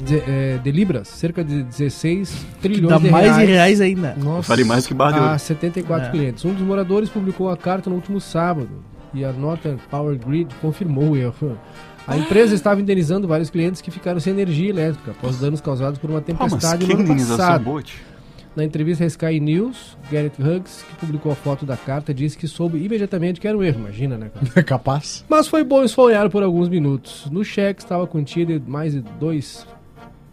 Speaker 6: de, é, de libras, cerca de 16
Speaker 3: Que
Speaker 6: trilhões
Speaker 3: dá
Speaker 6: de
Speaker 3: mais em
Speaker 6: reais.
Speaker 3: reais ainda.
Speaker 4: Nossa.
Speaker 5: Vale mais que barra
Speaker 6: a 74
Speaker 3: É.
Speaker 6: clientes. Um dos moradores publicou a carta no último sábado e a nota Power Grid confirmou o erro.
Speaker 4: Ah.
Speaker 6: A empresa estava indenizando vários clientes que ficaram sem energia elétrica após danos causados por uma
Speaker 5: Ah, mas
Speaker 6: tempestade
Speaker 5: que
Speaker 6: no ano
Speaker 5: indenização
Speaker 6: passado.
Speaker 5: boa, tio.
Speaker 6: Na entrevista à Sky News, Garrett Huggs, que publicou a foto da carta, disse que soube imediatamente que era um erro. Imagina, né, cara?
Speaker 4: É capaz.
Speaker 6: Mas foi bom esfolhar por alguns minutos. No cheque estava contida mais de dois,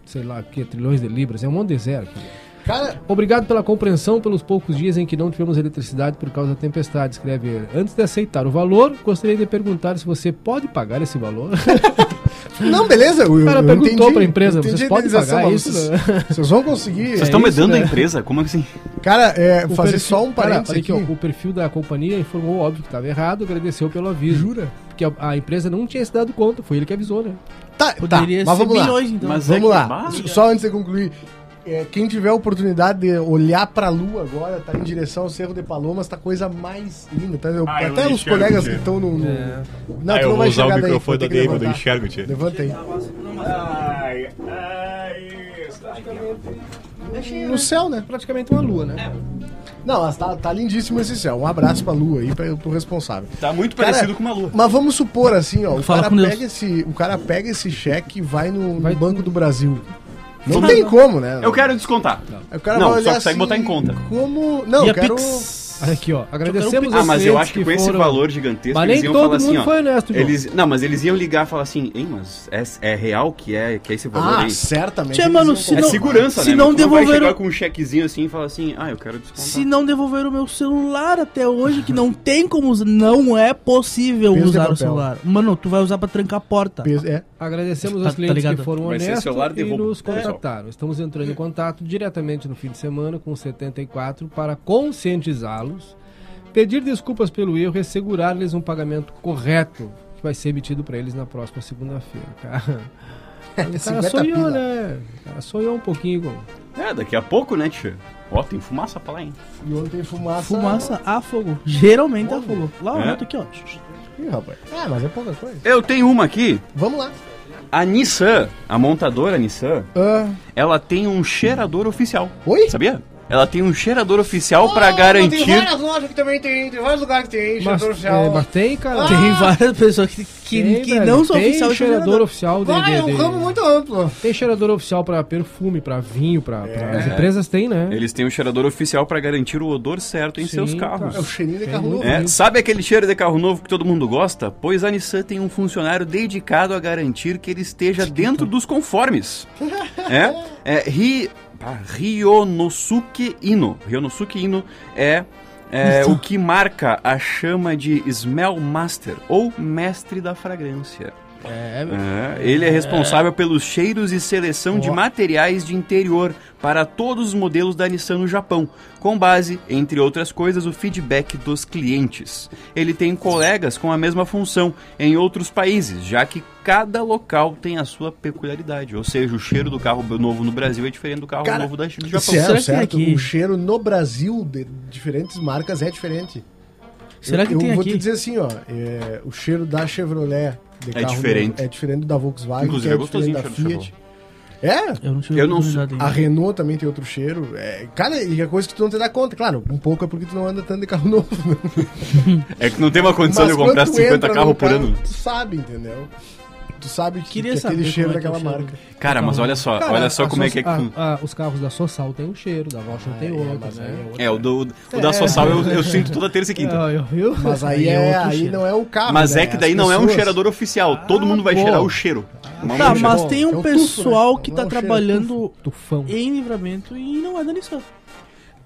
Speaker 6: sei lá, o que trilhões de libras. É um monte de zero. aqui.
Speaker 4: Cara,
Speaker 6: Obrigado pela compreensão pelos poucos dias em que não tivemos eletricidade por causa da tempestade, escreve ele. Antes de aceitar o valor, gostaria de perguntar se você pode pagar esse valor.
Speaker 4: Não, beleza. Eu,
Speaker 6: O cara
Speaker 4: eu
Speaker 6: perguntou
Speaker 4: entendi,
Speaker 6: pra empresa,
Speaker 4: entendi
Speaker 6: vocês
Speaker 4: a
Speaker 6: podem
Speaker 4: indenização,
Speaker 6: pagar
Speaker 4: mas
Speaker 6: isso?
Speaker 4: Vocês, vocês vão conseguir.
Speaker 5: Vocês estão
Speaker 6: isso,
Speaker 5: medando
Speaker 6: né?
Speaker 5: a empresa? Como assim?
Speaker 4: Cara, é,
Speaker 6: O
Speaker 4: fazer
Speaker 6: perfil-
Speaker 4: só um
Speaker 6: Cara,
Speaker 4: parênteses
Speaker 6: olha
Speaker 4: aqui.
Speaker 6: aqui, ó, o perfil da companhia informou, óbvio, que estava errado, agradeceu pelo aviso.
Speaker 4: Jura?
Speaker 6: Porque a, a empresa não tinha se dado conta, foi ele que avisou, né?
Speaker 4: Tá, tá,
Speaker 3: Poderia
Speaker 4: mas
Speaker 3: ser
Speaker 4: vamos lá.
Speaker 3: milhões, então.
Speaker 5: Mas é
Speaker 4: Vamos
Speaker 5: que-
Speaker 4: lá.
Speaker 5: Bah.
Speaker 4: Só antes de concluir. é, quem tiver a oportunidade de olhar pra lua agora, tá em direção ao Cerro de Palomas, tá coisa mais linda. Tá? Eu-
Speaker 11: Ah, eu
Speaker 4: até
Speaker 11: não
Speaker 4: os
Speaker 11: enxergo,
Speaker 4: colegas
Speaker 11: tio.
Speaker 4: que estão no. no- Não,
Speaker 11: Ah,
Speaker 4: tu
Speaker 11: eu
Speaker 4: não
Speaker 11: vou
Speaker 4: vai
Speaker 11: usar o
Speaker 4: chegar daí.
Speaker 11: microfone
Speaker 4: tem
Speaker 11: da
Speaker 4: que
Speaker 11: David, eu
Speaker 4: levantar.
Speaker 11: enxergo, tia.
Speaker 4: Levanta aí.
Speaker 11: Ai, ai, isso.
Speaker 4: No céu, né?
Speaker 6: Praticamente uma lua, né?
Speaker 4: Não, mas tá, tá lindíssimo esse céu. Um abraço pra lua aí, pra, pro responsável.
Speaker 5: Tá muito
Speaker 4: Cara,
Speaker 5: parecido com uma lua.
Speaker 4: Mas vamos supor assim, ó, o
Speaker 3: Fala
Speaker 4: cara,
Speaker 3: com Deus.
Speaker 4: pega esse, o cara pega esse cheque e vai no, no
Speaker 6: Vai-
Speaker 4: Banco do Brasil. Não
Speaker 5: Vamos-
Speaker 4: tem como, né?
Speaker 5: Eu quero descontar.
Speaker 4: Aí O cara
Speaker 5: Não,
Speaker 4: vai
Speaker 5: só
Speaker 4: olhar
Speaker 5: consegue
Speaker 4: assim,
Speaker 5: botar em conta.
Speaker 4: Como... Não,
Speaker 3: e
Speaker 4: eu
Speaker 3: a
Speaker 4: quero...
Speaker 3: Pix?
Speaker 6: Olha aqui, ó. Agradecemos
Speaker 5: Ah, mas eu
Speaker 6: clientes
Speaker 5: acho que com esse
Speaker 6: foram-
Speaker 5: valor gigantesco
Speaker 6: Mas
Speaker 5: eles
Speaker 6: nem
Speaker 5: iam
Speaker 6: todo
Speaker 5: falar assim,
Speaker 6: mundo
Speaker 5: ó.
Speaker 6: foi honesto, João.
Speaker 5: Eles, não, mas eles iam ligar e falar assim, hein, mas é, é real que é, que é esse valor
Speaker 4: Ah,
Speaker 5: aí?
Speaker 4: certamente.
Speaker 3: Tchê,
Speaker 4: eles
Speaker 3: mano,
Speaker 4: vão
Speaker 3: se
Speaker 5: É
Speaker 4: comprar.
Speaker 3: não-
Speaker 5: segurança,
Speaker 3: se
Speaker 5: né?
Speaker 3: não
Speaker 5: Tu vai
Speaker 3: devolveram-
Speaker 5: chegar com um chequezinho assim e falar assim, ah, eu quero descontar.
Speaker 3: Se não devolver o meu celular até hoje, que não tem como usar. Não é possível
Speaker 4: Peso de
Speaker 3: usar o
Speaker 4: papel.
Speaker 3: celular. Mano, tu vai usar pra trancar a porta.
Speaker 4: Peso- É,
Speaker 6: Agradecemos
Speaker 3: Tá-
Speaker 6: aos
Speaker 3: tá
Speaker 6: clientes
Speaker 3: ligado?
Speaker 6: que foram
Speaker 5: Vai ser
Speaker 6: honestos
Speaker 5: celular,
Speaker 6: e
Speaker 5: derruba.
Speaker 6: nos contataram. Estamos entrando em contato diretamente no fim de semana com 74 para conscientizá-los, pedir desculpas pelo erro e segurar-lhes um pagamento correto que vai ser emitido para eles na próxima segunda-feira. Cara. O cara
Speaker 4: 50
Speaker 6: sonhou,
Speaker 4: pila.
Speaker 6: né? O cara sonhou um pouquinho. com-
Speaker 5: É, daqui a pouco, né, tia? Ó, tem fumaça pra lá, hein?
Speaker 4: e ontem fumaça...
Speaker 3: Fumaça a fogo. Geralmente a fogo. Lá, ó,
Speaker 5: É.
Speaker 3: nota aqui, ó.
Speaker 4: Ih, rapaz. Ah, mas é pouca coisa.
Speaker 5: Eu tenho uma aqui
Speaker 4: Vamos lá.
Speaker 5: A Nissan, a montadora Nissan,
Speaker 4: Ah.
Speaker 5: ela tem um cheirador oficial.
Speaker 4: Oi?
Speaker 5: Sabia? Ela tem um cheirador oficial pra garantir.
Speaker 4: Tem várias lojas que também tem, tem vários lugares que tem
Speaker 6: Mas,
Speaker 4: cheirador
Speaker 6: é,
Speaker 4: oficial.
Speaker 6: mas tem, cara.
Speaker 3: Tem várias pessoas que, Ah! que,
Speaker 6: Tem,
Speaker 3: que
Speaker 6: velho,
Speaker 3: não são
Speaker 6: tem
Speaker 3: oficial de
Speaker 6: cheirador,
Speaker 3: cheirador.
Speaker 6: oficial de, né?
Speaker 4: Vai, é
Speaker 6: de,
Speaker 4: um
Speaker 6: de-
Speaker 4: ramo muito amplo.
Speaker 6: Tem cheirador oficial pra perfume, pra vinho, pra, pra- As empresas têm, né?
Speaker 5: Eles têm um cheirador oficial pra garantir o odor certo em
Speaker 6: Sim,
Speaker 5: seus
Speaker 6: cara.
Speaker 5: carros.
Speaker 4: É o cheirinho de
Speaker 6: Tem
Speaker 4: carro novo.
Speaker 6: muito.
Speaker 5: É, sabe aquele cheiro de carro novo que todo mundo gosta? Pois a Nissan tem um funcionário dedicado a garantir que ele esteja dentro dos conformes. É, é Ri, ah, Rionosuke Ino. Rionosuke Ino é, é o que marca a chama de Smell Master, ou Mestre da Fragrância.
Speaker 3: É,
Speaker 5: É, ele é responsável pelos cheiros e seleção de materiais de interior para todos os modelos da Nissan no Japão, com base, entre outras coisas, o feedback dos clientes. Ele tem colegas com a mesma função em outros países, já que cada local tem a sua peculiaridade. Ou seja, o cheiro do carro novo no Brasil é diferente do carro
Speaker 4: Cara,
Speaker 5: novo da, do Japão.
Speaker 3: será
Speaker 4: Certo,
Speaker 3: que
Speaker 4: certo.
Speaker 3: aqui-
Speaker 4: O cheiro no Brasil de diferentes marcas é diferente.
Speaker 3: Será
Speaker 4: Eu-
Speaker 3: que
Speaker 4: eu,
Speaker 3: tem
Speaker 4: vou
Speaker 3: aqui?
Speaker 4: te dizer assim, ó. é, o cheiro da Chevrolet de
Speaker 5: É
Speaker 4: carro novo
Speaker 5: diferente.
Speaker 4: é diferente da Volkswagen,
Speaker 5: Inclusive,
Speaker 4: que é
Speaker 5: é gostosinho
Speaker 4: diferente da
Speaker 5: o cheiro do
Speaker 4: Fiat. É,
Speaker 3: Eu não tive
Speaker 5: Eu não
Speaker 3: oportunidade
Speaker 4: a
Speaker 3: ainda.
Speaker 4: Renault também tem outro cheiro. É, cara, e é coisa que tu não te dá conta. Claro, um pouco é porque tu não anda tanto de carro novo. né?
Speaker 5: É que não tem uma condição de eu
Speaker 4: quando
Speaker 5: comprar
Speaker 4: tu
Speaker 5: 50
Speaker 4: entra num
Speaker 5: carros por
Speaker 4: carro,
Speaker 5: ano.
Speaker 4: Tu sabe, entendeu? Tu sabe que,
Speaker 3: Queria
Speaker 4: que
Speaker 3: saber
Speaker 4: aquele cheiro
Speaker 3: como é que é
Speaker 4: daquela
Speaker 3: o cheiro.
Speaker 4: marca.
Speaker 5: Cara, mas olha só,
Speaker 6: Cara,
Speaker 5: olha só
Speaker 6: a Ah.
Speaker 5: como é que é que...
Speaker 6: Sosa- a- a- os carros da Sossal tem um cheiro, da Valshan tem outro, né?
Speaker 5: Ah, É, o, do, o da Sossal eu, eu sinto toda terça e quinta.
Speaker 6: Ah, eu- eu-
Speaker 4: Mas aí,
Speaker 3: é
Speaker 4: é,
Speaker 3: outro
Speaker 4: aí
Speaker 3: cheiro.
Speaker 4: não é o carro.
Speaker 5: Mas
Speaker 4: né?
Speaker 5: é que daí
Speaker 4: As
Speaker 5: não é um
Speaker 4: pessoas-
Speaker 5: cheirador oficial. Todo mundo vai
Speaker 6: pô.
Speaker 5: cheirar o cheiro. Uma
Speaker 3: Tá,
Speaker 5: murcha.
Speaker 3: mas tem
Speaker 4: É
Speaker 3: um
Speaker 4: um tufo,
Speaker 3: pessoal
Speaker 4: né?
Speaker 3: que
Speaker 4: Não
Speaker 3: tá
Speaker 4: é um cheiro, é um
Speaker 3: trabalhando
Speaker 6: Tufão.
Speaker 3: em livramento e não é da Nissan.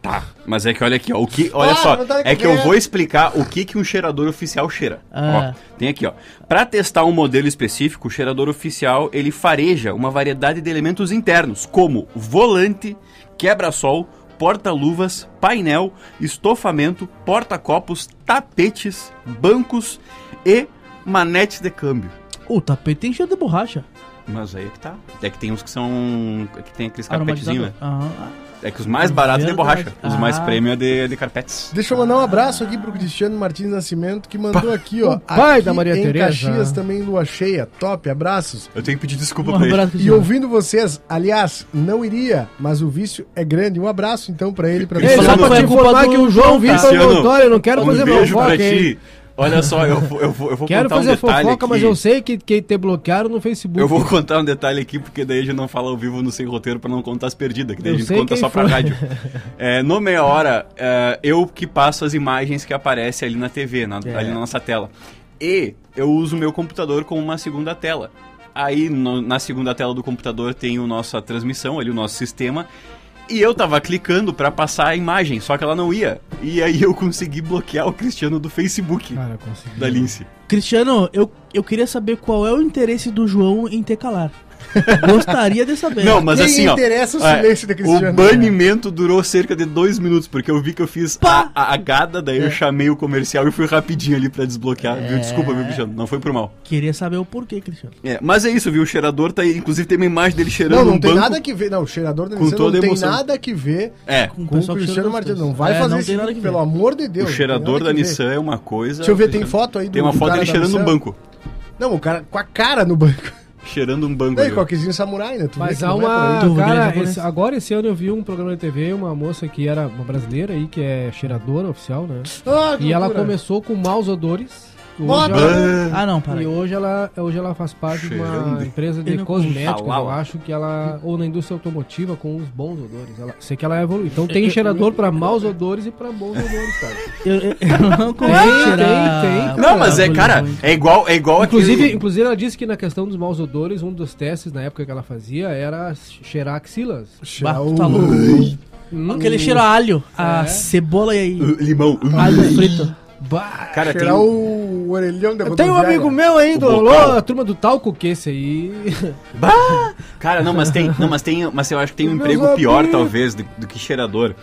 Speaker 5: Tá, mas é que olha aqui, ó. O que, olha
Speaker 4: Ah,
Speaker 5: só,
Speaker 4: não tá
Speaker 5: é que eu
Speaker 4: querendo.
Speaker 5: vou explicar o que, que um cheirador oficial cheira.
Speaker 3: Ah.
Speaker 5: Ó, tem aqui, ó. Pra testar um modelo específico, o cheirador oficial ele fareja uma variedade de elementos internos, como volante, quebra-sol, porta-luvas, painel, estofamento, porta-copos, tapetes, bancos e manetes de câmbio.
Speaker 3: O tapete tem cheiro de borracha.
Speaker 5: Mas aí é que tá. É que tem uns que são. é que tem aqueles carpetezinhos, né?
Speaker 3: Aromatizado. Ah,
Speaker 5: É que os mais baratos é de
Speaker 3: Verdade.
Speaker 5: borracha. Os mais
Speaker 3: Ah.
Speaker 5: prêmio é de, de carpetes.
Speaker 4: Deixa eu mandar um abraço aqui pro Cristiano Martins Nascimento, que mandou aqui, ó.
Speaker 6: pai
Speaker 4: aqui
Speaker 6: da Maria
Speaker 4: em
Speaker 6: Tereza.
Speaker 4: Caxias também, lua cheia. Top, abraços.
Speaker 5: Eu tenho que pedir desculpa
Speaker 3: um
Speaker 5: pra ele.
Speaker 3: abraço
Speaker 4: E
Speaker 3: Cristiano.
Speaker 4: ouvindo vocês, aliás, não iria, mas o vício é grande. Um abraço então pra ele, pra
Speaker 6: Ei,
Speaker 4: você.
Speaker 3: Cristiano,
Speaker 6: só
Speaker 3: foi
Speaker 6: pra te
Speaker 3: a culpa
Speaker 6: informar
Speaker 3: do
Speaker 6: que o é João
Speaker 3: Cristiano.
Speaker 6: Vitor
Speaker 5: Cristiano,
Speaker 6: Montoro, eu não quero
Speaker 5: um
Speaker 6: fazer
Speaker 5: beijo
Speaker 6: fofoca,
Speaker 5: pra
Speaker 6: hein?
Speaker 5: ti. Olha só, eu, vou- eu, vou- eu vou
Speaker 6: Quero
Speaker 5: contar um
Speaker 6: fazer
Speaker 5: detalhe
Speaker 6: fofoca,
Speaker 5: aqui.
Speaker 6: mas eu sei que, que te bloquearam no Facebook.
Speaker 5: Eu vou contar um detalhe aqui, porque daí a gente não fala ao vivo no Sem Roteiro pra não contar as perdidas, que daí
Speaker 6: Eu
Speaker 5: a gente
Speaker 6: sei
Speaker 5: conta
Speaker 6: quem
Speaker 5: só pra
Speaker 6: foi.
Speaker 5: rádio. É, no Meia Hora, é, eu que passo as imagens que aparecem ali na TV,
Speaker 6: É.
Speaker 5: na- ali na nossa tela. E eu uso o meu computador como uma segunda tela. Aí, no- na segunda tela do computador, tem a nossa transmissão, ali o nosso sistema. E eu tava clicando pra passar a imagem, só que ela não ia. E aí eu consegui bloquear o Cristiano do Facebook,
Speaker 6: Cara, consegui.
Speaker 5: da Lince.
Speaker 3: Cristiano, eu, eu queria saber qual é o interesse do João em ter calar. Gostaria de
Speaker 6: É.
Speaker 3: saber.
Speaker 5: Não, mas
Speaker 4: Quem
Speaker 5: assim, ó.
Speaker 4: interessa o
Speaker 5: é,
Speaker 4: silêncio da Cristiano? né?
Speaker 5: O
Speaker 6: né?
Speaker 5: banimento durou cerca de dois minutos, porque eu vi que eu fiz
Speaker 3: Pá!
Speaker 5: a, a, a gada, daí
Speaker 3: É.
Speaker 5: eu chamei o comercial e fui rapidinho ali pra desbloquear. Viu? Desculpa, viu, Cristiano? Não foi por mal.
Speaker 3: Queria saber o porquê, Cristiano.
Speaker 5: É, mas é isso, viu? O cheirador tá aí. Inclusive tem uma imagem dele cheirando
Speaker 4: Não, não
Speaker 5: um
Speaker 4: tem
Speaker 5: banco.
Speaker 4: nada que ver. Não, o cheirador da
Speaker 5: Com
Speaker 4: Nissan não
Speaker 5: toda
Speaker 4: tem
Speaker 5: emoção.
Speaker 4: nada que ver
Speaker 5: É.
Speaker 3: Um
Speaker 4: com o
Speaker 3: pessoal que
Speaker 4: Cristiano
Speaker 3: cheira das
Speaker 4: Martins.
Speaker 3: coisas.
Speaker 4: Não vai
Speaker 3: É,
Speaker 4: fazer
Speaker 3: não
Speaker 4: isso,
Speaker 3: tem nada que ver.
Speaker 4: pelo amor de Deus.
Speaker 5: o
Speaker 4: não tem
Speaker 5: cheirador
Speaker 4: nada
Speaker 5: da
Speaker 4: que ver.
Speaker 5: Nissan é uma coisa.
Speaker 4: Deixa eu ver, tem
Speaker 5: Cristiano-
Speaker 4: foto aí do
Speaker 5: Tem uma foto
Speaker 4: cara
Speaker 5: dele
Speaker 4: da
Speaker 5: cheirando um
Speaker 4: Nissan?
Speaker 5: banco.
Speaker 4: Não, o cara com a cara no banco.
Speaker 5: Cheirando um banco.
Speaker 4: Ei,
Speaker 5: viu?
Speaker 4: coquezinho samurai, né? Tu vê
Speaker 6: Mas
Speaker 4: que
Speaker 6: há
Speaker 4: não é
Speaker 6: uma.
Speaker 4: pra ele.
Speaker 3: Tu- né,
Speaker 6: cara,
Speaker 3: japonês?
Speaker 6: esse- agora esse ano eu vi um programa de TV, uma moça que era uma brasileira aí, que é cheiradora oficial, né?
Speaker 4: Ah, que
Speaker 6: E ela
Speaker 4: loucura.
Speaker 6: começou com maus odores. que hoje
Speaker 4: Bota!
Speaker 6: ela-
Speaker 3: Ah, não, para.
Speaker 6: E hoje ela, hoje ela faz parte de uma
Speaker 5: Cheirando.
Speaker 6: empresa
Speaker 3: Eu
Speaker 6: de
Speaker 3: não
Speaker 6: cosméticos,
Speaker 5: Halal.
Speaker 6: eu acho que ela. Ou na indústria automotiva com uns bons odores. Ela- sei que ela evoluiu. Então tem cheirador pra maus odores e pra bons odores, cara.
Speaker 3: Eu, eu- eu não consigo
Speaker 6: Tem,
Speaker 3: tirar...
Speaker 6: tem, tem,
Speaker 5: Não, mas é,
Speaker 3: Olha,
Speaker 5: cara,
Speaker 3: muito.
Speaker 5: é igual, é igual
Speaker 6: Inclusive,
Speaker 5: aquele-
Speaker 6: inclusive, ela disse que na questão dos maus odores, um dos testes na época que ela fazia era cheirar axilas.
Speaker 3: Bah,
Speaker 4: Cheirar
Speaker 3: tu
Speaker 4: o-
Speaker 3: tá louco.
Speaker 6: Hum.
Speaker 3: Aquele cheiro a alho, a
Speaker 6: É.
Speaker 3: cebola e aí,
Speaker 5: Uh, Limão. Uh,
Speaker 3: alho frito.
Speaker 6: Bah,
Speaker 5: Cara, tem.
Speaker 4: Ah,
Speaker 5: um
Speaker 4: Cheirar o orelhão da
Speaker 6: Tem um
Speaker 4: rodoviária.
Speaker 6: amigo meu aí do
Speaker 5: O
Speaker 6: Alô,
Speaker 5: bocal.
Speaker 6: a turma do talco que esse aí.
Speaker 5: Bah! Cara, não, mas tem. Não, mas tem. Mas eu acho que tem um
Speaker 4: Meus
Speaker 5: emprego pior,
Speaker 4: amigos.
Speaker 5: talvez, do, do que cheirador.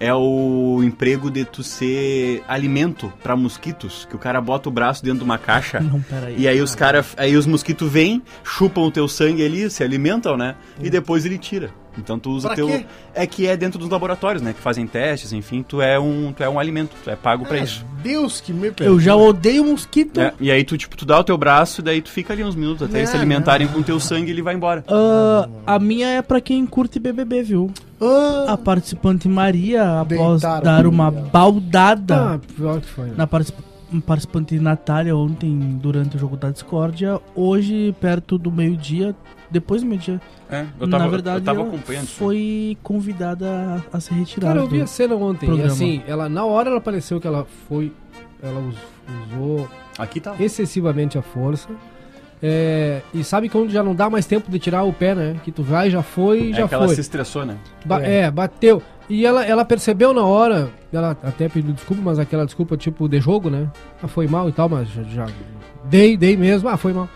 Speaker 5: É o emprego de tu ser alimento pra mosquitos, que o cara bota o braço dentro de uma caixa.
Speaker 3: Não, peraí.
Speaker 5: E aí os cara, aí os mosquitos vêm, chupam o teu sangue ali, se alimentam, né? E depois ele tira. Então tu usa
Speaker 4: Pra
Speaker 5: teu.
Speaker 4: quê?
Speaker 5: É que é dentro dos laboratórios, né? Que fazem testes, enfim, tu é um, tu é um alimento, tu é pago pra isso.
Speaker 4: Deus que me perdoe.
Speaker 3: Eu já odeio mosquito.
Speaker 5: É, e aí tu, tipo, tu dá o teu braço e daí tu fica ali uns minutos
Speaker 3: É,
Speaker 5: até eles se
Speaker 4: Não,
Speaker 5: alimentarem
Speaker 3: né?
Speaker 5: com o teu sangue e ele vai embora.
Speaker 3: Ah, a minha é pra quem curte BBB, viu?
Speaker 4: Ah,
Speaker 3: A participante Maria, após
Speaker 4: Deitaram
Speaker 3: dar uma
Speaker 4: nela.
Speaker 3: baldada
Speaker 6: Ah, pior que foi.
Speaker 3: na participa- participante Natália ontem durante o jogo da discórdia, hoje perto do meio-dia, depois do meio-dia,
Speaker 5: É,
Speaker 3: na verdade
Speaker 5: eu tava
Speaker 3: ela
Speaker 5: acompanhando.
Speaker 3: foi convidada a, a se retirar.
Speaker 6: Cara, eu vi
Speaker 3: do-
Speaker 6: a cena ontem. E
Speaker 3: programa.
Speaker 6: assim, ela, na hora ela pareceu que ela foi. Ela us- usou
Speaker 5: Aqui tá.
Speaker 6: excessivamente a força. É, e sabe quando já não dá mais tempo de tirar o pé, né? Que tu vai, já foi e
Speaker 5: É
Speaker 6: já
Speaker 5: que ela
Speaker 6: foi.
Speaker 5: se estressou, né?
Speaker 6: Ba- é. bateu. E ela, ela percebeu na hora, ela até pediu desculpa, mas aquela desculpa tipo de jogo, né? Ah, foi mal e tal, mas já, já dei, dei mesmo, ah, foi mal.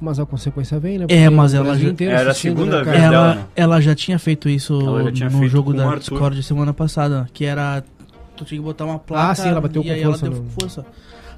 Speaker 6: Mas a consequência vem, né?
Speaker 3: É,
Speaker 6: Porque
Speaker 3: mas
Speaker 6: o
Speaker 3: ela
Speaker 6: Brasil
Speaker 3: já-
Speaker 6: inteiro
Speaker 5: Era a
Speaker 6: assistindo,
Speaker 5: segunda
Speaker 6: cara?
Speaker 5: vez
Speaker 3: ela,
Speaker 5: dela, né?
Speaker 3: ela já tinha feito isso
Speaker 5: Ela já tinha
Speaker 3: no
Speaker 5: feito
Speaker 3: jogo
Speaker 5: com o
Speaker 3: da
Speaker 5: Arthur.
Speaker 3: Discord semana passada, que era tu tinha que botar uma placa
Speaker 6: Ah, sim, ela bateu
Speaker 3: e
Speaker 6: com
Speaker 3: aí
Speaker 6: força
Speaker 3: ela deu
Speaker 6: no-
Speaker 3: força.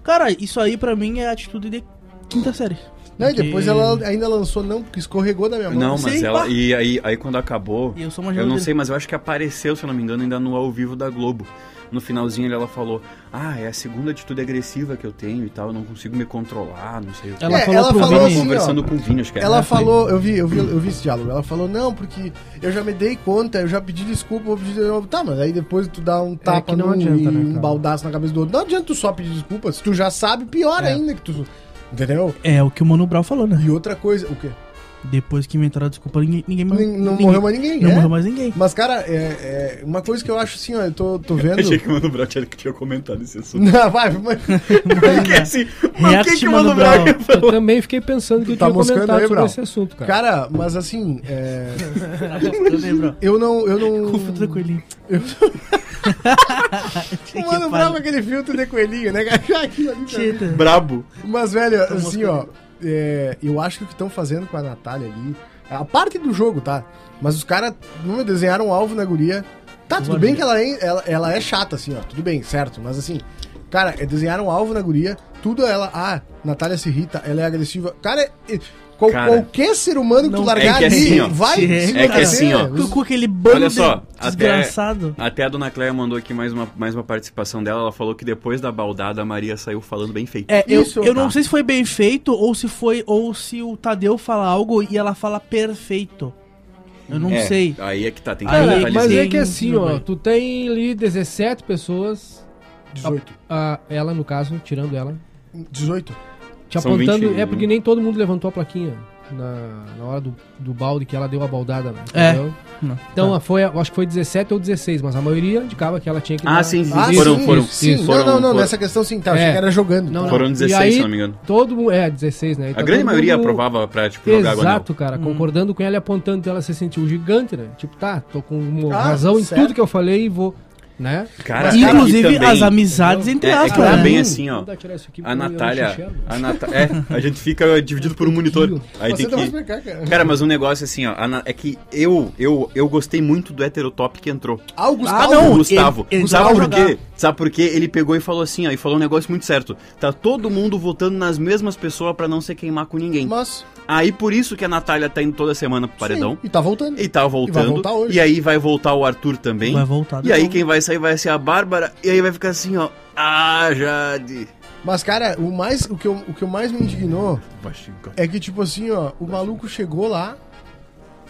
Speaker 3: Cara, isso aí pra mim é a atitude de quinta série.
Speaker 4: Não, e depois
Speaker 3: Porque-
Speaker 4: ela ainda lançou, não, porque escorregou da minha mão.
Speaker 5: Não,
Speaker 3: Sim,
Speaker 5: mas
Speaker 3: pá.
Speaker 5: ela. E aí, aí quando acabou.
Speaker 3: E eu sou uma
Speaker 5: Eu não
Speaker 3: geladeira.
Speaker 5: sei, mas eu acho que apareceu, se eu não me engano, ainda no ao vivo da Globo. No finalzinho ela falou: Ah, é a segunda atitude agressiva que eu tenho e tal, eu não consigo me controlar, não sei o que.
Speaker 3: Ela
Speaker 4: É,
Speaker 3: falou
Speaker 4: ela
Speaker 3: pro
Speaker 4: falou
Speaker 5: tava
Speaker 3: Vini.
Speaker 4: assim,
Speaker 5: conversando com o Vini, acho que era.
Speaker 4: Ela
Speaker 5: né?
Speaker 4: falou, eu vi, eu vi, eu vi esse diálogo. Ela falou, não, porque eu já me dei conta, eu já pedi desculpa, vou pedir de novo. Tá, mas aí depois tu dá um tapa
Speaker 6: É que não
Speaker 4: num
Speaker 6: adianta,
Speaker 4: e
Speaker 6: né,
Speaker 4: um
Speaker 6: cara?
Speaker 4: baldaço na cabeça do outro. Não adianta tu só pedir desculpa, se tu já sabe, pior
Speaker 6: É.
Speaker 4: ainda que tu. Entendeu?
Speaker 3: É o que o Mano Brown falou, né?
Speaker 4: E outra coisa, o quê?
Speaker 3: Depois que inventaram a desculpa, ninguém, ninguém
Speaker 4: Nin- não morreu mais ninguém,
Speaker 3: Não
Speaker 4: é?
Speaker 3: morreu mais ninguém.
Speaker 4: Mas, cara, é, é, uma coisa que eu acho assim, ó, eu tô, tô vendo.
Speaker 5: Achei que o Mano Brown tinha, que tinha comentado esse assunto.
Speaker 4: Não, vai, mas...
Speaker 5: Porque assim, mas o que,
Speaker 3: React,
Speaker 5: que o Mano
Speaker 3: Mano
Speaker 5: Brown
Speaker 3: Brown.
Speaker 5: falou?
Speaker 6: Eu também fiquei pensando que eu
Speaker 4: Tá
Speaker 6: tinha
Speaker 4: moscando
Speaker 6: comentado
Speaker 4: aí,
Speaker 6: sobre
Speaker 4: Brau?
Speaker 6: esse assunto, cara.
Speaker 4: Cara, mas assim, é, eu não. Eu não.
Speaker 3: Confio tranquilinho.
Speaker 4: O Mano Brown com aquele filtro de coelhinho, né, cara? Aquilo ali, cara.
Speaker 3: Tita.
Speaker 5: Brabo.
Speaker 4: Mas, velho, assim, ó. é, eu acho que o que estão fazendo com a Natália ali. é A parte do jogo, tá? Mas os caras não desenharam um alvo na guria. Tá, tudo bem que ela é, ela, ela é chata, assim, ó. Tudo bem, certo. Mas assim, cara, é desenhar um alvo na guria. Tudo ela. Ah, Natália se irrita, ela é agressiva. Cara, é- qual-
Speaker 5: Cara,
Speaker 4: qualquer ser humano que tu
Speaker 3: não-
Speaker 4: largar
Speaker 5: É que
Speaker 4: ali
Speaker 5: assim, ó,
Speaker 4: vai.
Speaker 3: é
Speaker 4: se
Speaker 3: que
Speaker 4: bater,
Speaker 5: assim, ó,
Speaker 4: os-
Speaker 3: Com, com aquele bando
Speaker 5: Olha só,
Speaker 3: de
Speaker 5: até-
Speaker 3: desgraçado.
Speaker 5: Até a dona Cléia mandou aqui mais uma, mais uma participação dela. Ela falou que depois da baldada a Maria saiu falando bem feito.
Speaker 3: É, eu,
Speaker 4: Isso,
Speaker 3: eu não
Speaker 5: tá.
Speaker 3: sei se foi bem feito ou se foi ou se o Tadeu fala algo e ela fala perfeito. Eu não
Speaker 5: É,
Speaker 3: sei.
Speaker 5: Aí é que tá, tem que
Speaker 3: Aí,
Speaker 6: Cara,
Speaker 5: detalhezinho.
Speaker 6: mas é
Speaker 3: Tem
Speaker 6: que assim, ó,
Speaker 3: vergonha.
Speaker 6: tu tem ali 17 pessoas,
Speaker 4: 18.
Speaker 6: a- ela no caso, tirando ela,
Speaker 4: 18.
Speaker 6: te
Speaker 5: São
Speaker 6: apontando.
Speaker 5: 20,
Speaker 6: É porque
Speaker 5: né?
Speaker 6: nem todo mundo levantou a plaquinha na, na hora do, do balde que ela deu a baldada, né?
Speaker 3: É.
Speaker 6: Entendeu?
Speaker 3: Não,
Speaker 6: Então,
Speaker 3: tá.
Speaker 6: a- foi, eu acho que foi 17 ou 16, mas a maioria indicava que ela tinha que
Speaker 5: Ah,
Speaker 6: dar-
Speaker 5: sim, sim,
Speaker 4: Ah,
Speaker 5: sim. Foram,
Speaker 4: sim,
Speaker 5: foram,
Speaker 4: sim.
Speaker 5: sim,
Speaker 4: não,
Speaker 5: foram-
Speaker 4: não, não,
Speaker 5: foram-
Speaker 4: nessa questão sim, tá, eu
Speaker 6: É.
Speaker 4: achei que era jogando.
Speaker 6: Não, não.
Speaker 5: Foram
Speaker 6: E
Speaker 5: 16,
Speaker 6: aí-
Speaker 5: se eu não me engano.
Speaker 6: Todo mundo. É, 16, né? E
Speaker 5: A
Speaker 6: tá
Speaker 5: grande
Speaker 6: todo
Speaker 5: maioria
Speaker 6: mundo-
Speaker 5: aprovava pra, tipo, jogar água
Speaker 6: Exato, cara,
Speaker 3: Hum.
Speaker 6: concordando com ela e apontando, ela se sentiu gigante, né? Tipo, tá, tô com uma
Speaker 4: Ah,
Speaker 6: razão em
Speaker 4: certo.
Speaker 6: tudo que eu falei e vou, né?
Speaker 5: Cara, e
Speaker 3: Inclusive
Speaker 5: também-
Speaker 3: as amizades entre
Speaker 5: É, é que
Speaker 3: aspas.
Speaker 5: também
Speaker 3: né?
Speaker 5: assim, ó.
Speaker 6: Vou tirar isso aqui,
Speaker 5: A
Speaker 6: porque eu não
Speaker 5: Natália.
Speaker 6: enxergo.
Speaker 5: A Nata é, a gente fica dividido por um monitor. Aí tem
Speaker 4: Você não vai
Speaker 5: que.
Speaker 4: explicar, cara.
Speaker 5: Cara, mas um negócio assim, ó. a Na- É que eu, eu, eu gostei muito do heterotop que entrou.
Speaker 4: Ah, o Gustavo.
Speaker 3: Ah,
Speaker 5: o
Speaker 3: não,
Speaker 5: Gustavo.
Speaker 3: ele- ele
Speaker 5: sabe
Speaker 3: vai
Speaker 5: por quê?
Speaker 3: jogar.
Speaker 5: Sabe por quê? Ele pegou e falou assim, ó, e falou um negócio muito certo. Tá todo mundo votando nas mesmas pessoas pra não se queimar com ninguém.
Speaker 4: Mas.
Speaker 5: Aí por isso que a Natália tá indo toda semana pro paredão.
Speaker 4: Sim, e tá voltando.
Speaker 5: E tá
Speaker 4: E vai
Speaker 5: voltando.
Speaker 4: voltar hoje.
Speaker 5: E, aí vai voltar o Arthur também.
Speaker 3: Vai voltar.
Speaker 5: E aí
Speaker 4: Então,
Speaker 5: quem vai sair vai ser a Bárbara. E aí vai ficar assim, ó. Ah, Jade.
Speaker 4: Mas, cara, o, mais, o, que eu, o que eu mais me indignou é que, tipo assim, ó, o maluco chegou lá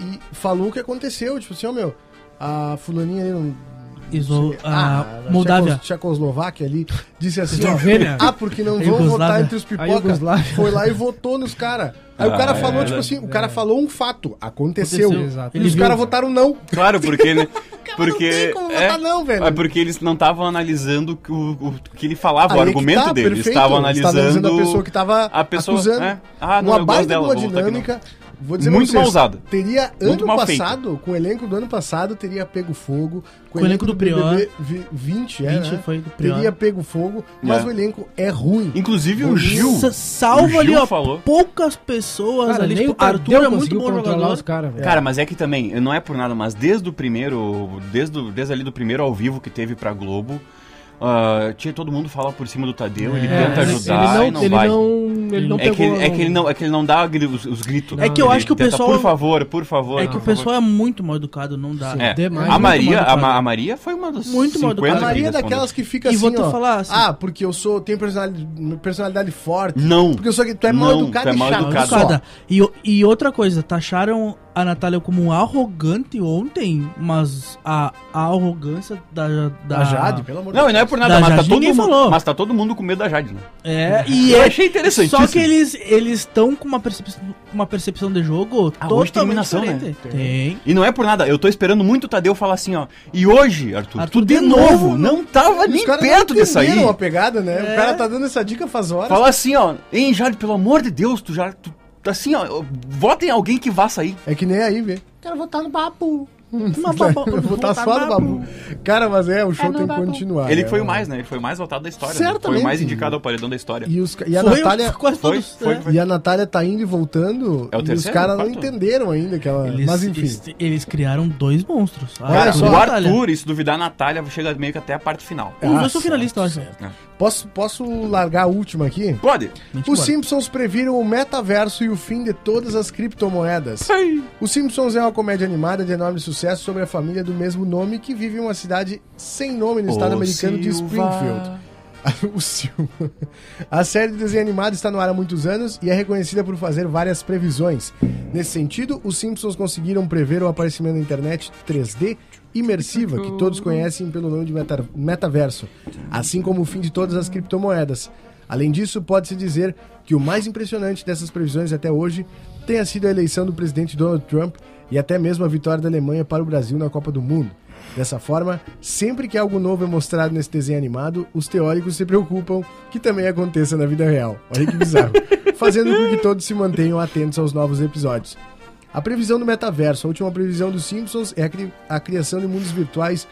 Speaker 4: e falou o que aconteceu. Tipo assim, ó, meu, a fulaninha ali não.
Speaker 3: Iso- a
Speaker 4: Tcheco-
Speaker 3: Moldávia.
Speaker 4: Ah, Tchecoslováquia ali, disse assim,
Speaker 3: Eslovênia.
Speaker 4: ó, ah, porque não
Speaker 3: A
Speaker 4: vão votar
Speaker 3: Iugoslávia.
Speaker 4: entre os
Speaker 6: A
Speaker 4: pipoca.
Speaker 6: Iugoslávia.
Speaker 4: Foi lá e votou nos caras. Aí o cara
Speaker 5: Ah,
Speaker 4: falou,
Speaker 5: é,
Speaker 4: tipo assim, o cara falou um fato, aconteceu.
Speaker 3: Aconteceu,
Speaker 6: exato.
Speaker 4: E os
Speaker 3: Ele
Speaker 4: caras
Speaker 3: viu.
Speaker 4: votaram não.
Speaker 5: Claro, porque, né?
Speaker 4: Não tem
Speaker 5: Porque.
Speaker 4: como
Speaker 5: é,
Speaker 4: votar não, velho.
Speaker 5: é porque eles não estavam analisando o que o, o que ele falava, o
Speaker 4: Aí que
Speaker 5: argumento
Speaker 4: tá,
Speaker 5: dele. Eles
Speaker 4: perfeito.
Speaker 5: estavam
Speaker 4: Você tá
Speaker 5: analisando.
Speaker 4: a pessoa que tava
Speaker 5: a pessoa-
Speaker 4: acusando.
Speaker 5: é. Ah, não,
Speaker 4: uma
Speaker 5: eu gosto
Speaker 4: baita
Speaker 5: dela,
Speaker 4: boa
Speaker 5: vou botar aqui, não.
Speaker 4: dinâmica. Vou dizer pra
Speaker 5: Muito
Speaker 4: vocês,
Speaker 5: mal usada.
Speaker 4: Teria
Speaker 5: Muito
Speaker 4: ano
Speaker 5: mal
Speaker 4: passado, com o elenco do ano passado, teria pego fogo.
Speaker 3: Com o elenco do Prior.
Speaker 4: BBB vi- 20, é,
Speaker 3: 20
Speaker 4: né?
Speaker 3: foi do Prior.
Speaker 4: Teria pego fogo, mas
Speaker 5: É.
Speaker 4: o elenco é ruim.
Speaker 5: Inclusive o Gil.
Speaker 3: Sa-
Speaker 5: o
Speaker 3: Salvo
Speaker 5: Gil
Speaker 3: ali, ó.
Speaker 5: falou.
Speaker 3: Poucas pessoas
Speaker 6: Cara,
Speaker 3: ali.
Speaker 6: nem
Speaker 3: Tipo,
Speaker 6: o
Speaker 3: Arthur
Speaker 6: Tadeu
Speaker 3: é muito
Speaker 6: conseguiu
Speaker 3: bom
Speaker 6: controlar
Speaker 3: jogador.
Speaker 6: os caras, velho.
Speaker 5: Cara, mas é que também, não é por nada, mas desde o primeiro. Desde, o- desde ali do primeiro ao vivo que teve pra Globo, ah, tinha todo mundo fala por cima do Tadeu, ele
Speaker 6: É,
Speaker 5: tenta
Speaker 6: ele-
Speaker 5: ajudar
Speaker 6: ele não-
Speaker 5: e não
Speaker 6: ele
Speaker 5: vai.
Speaker 6: não- ele não
Speaker 5: é, que,
Speaker 6: pegou-
Speaker 5: é que ele não, é que ele não dá gri- os, os gritos.
Speaker 3: É que eu
Speaker 5: Ele
Speaker 3: acho que o
Speaker 5: tenta,
Speaker 3: pessoal-
Speaker 5: Por favor, por favor.
Speaker 3: É que o
Speaker 5: por favor."
Speaker 3: pessoal é muito mal educado, não dá.
Speaker 5: É. A Maria, a, Ma- a Maria foi uma das
Speaker 3: Muito mal
Speaker 5: 50
Speaker 3: educada.
Speaker 4: A Maria é
Speaker 5: gringas
Speaker 4: daquelas
Speaker 5: quando-
Speaker 4: que fica
Speaker 3: E
Speaker 4: assim,
Speaker 3: vou te
Speaker 4: ó,
Speaker 3: falar assim-
Speaker 4: Ah, porque eu sou, tenho personalidade, personalidade forte.
Speaker 5: Não.
Speaker 4: Porque eu sou... Tu é
Speaker 5: Não,
Speaker 4: mal educado
Speaker 5: tu é mal
Speaker 4: e chato.
Speaker 5: educado.
Speaker 4: só.
Speaker 3: Educada. E, o- e outra coisa, taxaram a Natália como arrogante ontem, mas a, a arrogância da, da.
Speaker 4: Da Ah, Jade, pelo amor de
Speaker 5: Não, e não é por nada,
Speaker 3: Da
Speaker 5: mas tá,
Speaker 3: Jade
Speaker 5: todo
Speaker 3: ninguém
Speaker 5: mundo,
Speaker 3: falou.
Speaker 5: mas tá todo mundo com medo da Jade, né?
Speaker 3: É, e
Speaker 5: Eu
Speaker 3: é-
Speaker 5: achei interessantíssimo.
Speaker 3: Só que eles eles estão com uma percepção, uma percepção de jogo
Speaker 5: Ah, hoje
Speaker 3: totalmente
Speaker 5: tem eliminação,
Speaker 3: diferente.
Speaker 5: né?
Speaker 3: Tem.
Speaker 5: E não é por nada, eu tô esperando muito o Tadeu falar assim, ó. E hoje, Arthur,
Speaker 3: Arthur,
Speaker 5: tu de
Speaker 3: de
Speaker 5: novo
Speaker 3: novo,
Speaker 5: não tava
Speaker 4: Os
Speaker 5: é nem
Speaker 4: caras
Speaker 5: perto
Speaker 4: não
Speaker 5: disso aí.
Speaker 4: entenderam a pegada, né?
Speaker 3: É.
Speaker 4: O cara tá dando essa dica faz horas.
Speaker 5: Falar assim, ó. Hein, Jade, pelo amor de Deus, tu já. Tu, assim, ó. eu- Vota em alguém que vá sair.
Speaker 4: É que nem aí, velho. Quero votar Tá no babu.
Speaker 3: Mas, Tá Babu,
Speaker 4: Vou votar
Speaker 3: votar
Speaker 4: só no
Speaker 3: Babu.
Speaker 4: babu. Cara, mas é, o show
Speaker 9: no
Speaker 4: tem que
Speaker 9: Babu.
Speaker 4: continuar.
Speaker 5: ele
Speaker 4: né?
Speaker 5: que foi o mais, né? Ele foi o mais votado da história. né? Foi
Speaker 4: Certamente.
Speaker 5: o mais indicado ao paredão da história.
Speaker 4: E, os, ca- e a
Speaker 3: Foi, um
Speaker 4: Natália...
Speaker 3: quase
Speaker 5: Foi,
Speaker 3: todos.
Speaker 5: foi,
Speaker 3: né?
Speaker 5: foi.
Speaker 4: E a Natália tá indo e voltando,
Speaker 5: É o
Speaker 4: e os
Speaker 5: terceiro,
Speaker 4: caras não
Speaker 5: quarto?
Speaker 4: entenderam ainda que ela...
Speaker 3: Eles,
Speaker 4: mas enfim.
Speaker 3: eles, eles criaram dois monstros. A
Speaker 4: Olha
Speaker 5: Cara,
Speaker 4: só,
Speaker 5: o
Speaker 3: Natália.
Speaker 5: Arthur, e se duvidar, a Natália chega meio que até a parte final.
Speaker 3: Os dois
Speaker 4: Ah,
Speaker 3: são finalistas, eu acho.
Speaker 4: certo, certo. Posso, posso largar a última aqui?
Speaker 5: Pode.
Speaker 3: Mente
Speaker 4: Os
Speaker 3: embora.
Speaker 4: Simpsons previram o metaverso e o fim de todas as criptomoedas. Os Simpsons é uma comédia animada de enorme sucesso sobre a família do mesmo nome que vive em uma cidade sem nome no estado
Speaker 5: Ô,
Speaker 4: americano de
Speaker 5: Silva.
Speaker 4: Springfield. o Silva. A série de desenho animado está no ar há muitos anos e é reconhecida por fazer várias previsões. Nesse sentido, os Simpsons conseguiram prever o aparecimento da internet 3D imersiva, que todos conhecem pelo nome de meta- metaverso, assim como o fim de todas as criptomoedas. Além disso, pode-se dizer que o mais impressionante dessas previsões até hoje tenha sido a eleição do presidente Donald Trump e até mesmo a vitória da Alemanha para o Brasil na Copa do Mundo. Dessa forma, sempre que algo novo é mostrado nesse desenho animado, os teóricos se preocupam que também aconteça na vida real. Olha que bizarro. Fazendo com que todos se mantenham atentos aos novos episódios. A previsão do metaverso, a última previsão dos Simpsons, é a, cri- a criação de mundos virtuais,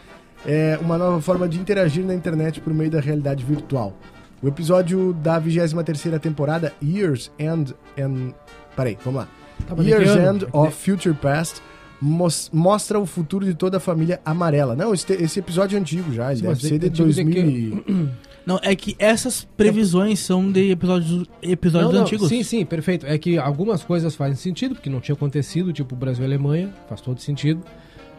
Speaker 4: é uma nova forma de interagir na internet por meio da realidade virtual. O episódio da 23ª temporada, Years End and... Peraí, vamos lá.
Speaker 6: Tá, mas de que
Speaker 4: Years
Speaker 6: ano?
Speaker 4: End of Future Past mos- mostra o futuro de toda a família amarela. Não, esse, te- esse episódio é antigo já, ele
Speaker 6: Sim,
Speaker 4: deve
Speaker 6: mas
Speaker 4: ser de
Speaker 6: eu digo de
Speaker 4: 2000
Speaker 6: que-
Speaker 4: e...
Speaker 3: Não, é que essas previsões são de episódios, episódios antigos.
Speaker 6: Sim, sim, perfeito. É que algumas coisas fazem sentido, porque não tinha acontecido, tipo Brasil e Alemanha, faz todo sentido.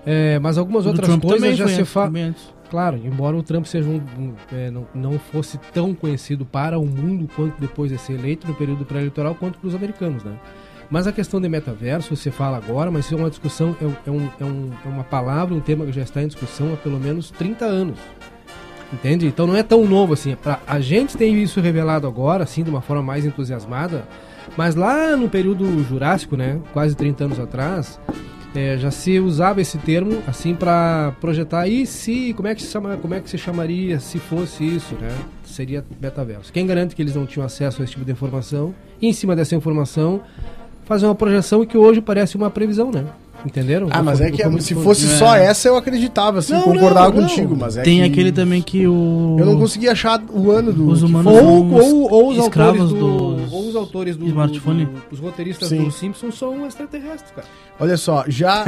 Speaker 6: É, mas algumas
Speaker 3: Do
Speaker 6: outras
Speaker 3: Trump
Speaker 6: coisas
Speaker 3: também
Speaker 6: já
Speaker 3: foi
Speaker 6: se
Speaker 3: antes,
Speaker 6: fa...
Speaker 3: também antes.
Speaker 6: Claro, embora o Trump seja um, um, é, não, não fosse tão conhecido para o mundo quanto depois de ser eleito no período pré-eleitoral, quanto para os americanos, né? Mas a questão de metaverso, você fala agora, mas isso é uma discussão, é, um- é um- é um- é uma palavra, um tema que já está em discussão há pelo menos 30 anos. Entende? Então não é tão novo assim. Pra- a gente tem isso revelado agora, assim, de uma forma mais entusiasmada, mas lá no período Jurássico, né, quase 30 anos atrás, é, já se usava esse termo assim para projetar e se como é que se chama, como é que se chamaria se fosse isso, né? Seria metaverso. Quem garante que eles não tinham acesso a esse tipo de informação? E em cima dessa informação, fazer uma projeção que hoje parece uma previsão, né? Entenderam?
Speaker 4: Ah, mas é que
Speaker 6: Como-
Speaker 4: se
Speaker 6: como-
Speaker 4: fosse só essa eu acreditava, assim,
Speaker 6: Não,
Speaker 4: concordava
Speaker 6: não, não.
Speaker 4: contigo, mas é
Speaker 3: Tem
Speaker 4: que
Speaker 3: aquele também que o.
Speaker 4: Eu não consegui achar o ano do...
Speaker 3: Os
Speaker 4: que
Speaker 3: humanos-
Speaker 4: foi.
Speaker 6: ou,
Speaker 3: São
Speaker 6: ou, ou os
Speaker 3: escravos
Speaker 6: autores do,
Speaker 3: dos
Speaker 6: ou os autores do
Speaker 3: smartphone.
Speaker 6: do- os roteiristas
Speaker 4: Sim.
Speaker 6: do Simpsons são extraterrestres, cara.
Speaker 4: Olha só, já,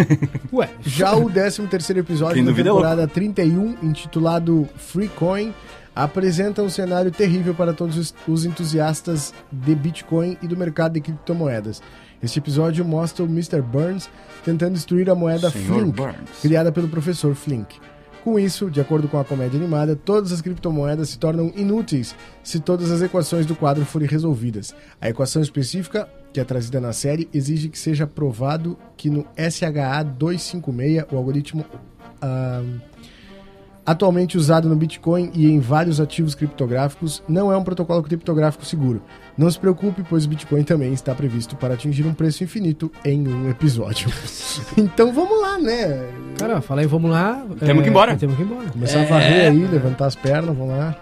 Speaker 6: Ué,
Speaker 4: já o 13º episódio
Speaker 5: Quem
Speaker 4: da
Speaker 5: duvida é louco.
Speaker 4: temporada 31, intitulado Free Coin, apresenta um cenário terrível para todos os- os entusiastas de Bitcoin e do mercado de criptomoedas. Este episódio mostra o Mr. Burns tentando destruir a moeda
Speaker 5: Senhor
Speaker 4: Flink, é
Speaker 5: Burns.
Speaker 4: criada pelo professor Flink. Com isso, de acordo com a comédia animada, todas as criptomoedas se tornam inúteis se todas as equações do quadro forem resolvidas. A equação específica, que é trazida na série, exige que seja provado que no SHA 256, o algoritmo ah, atualmente usado no Bitcoin e em vários ativos criptográficos, não é um protocolo criptográfico seguro. Não se preocupe, pois o Bitcoin também está previsto para atingir um preço infinito em um episódio. então vamos lá, né?
Speaker 6: cara, fala aí, vamos lá. É,
Speaker 5: Temos que ir embora.
Speaker 6: Temos que ir embora.
Speaker 4: Começar a varrer aí, levantar as pernas, vamos lá.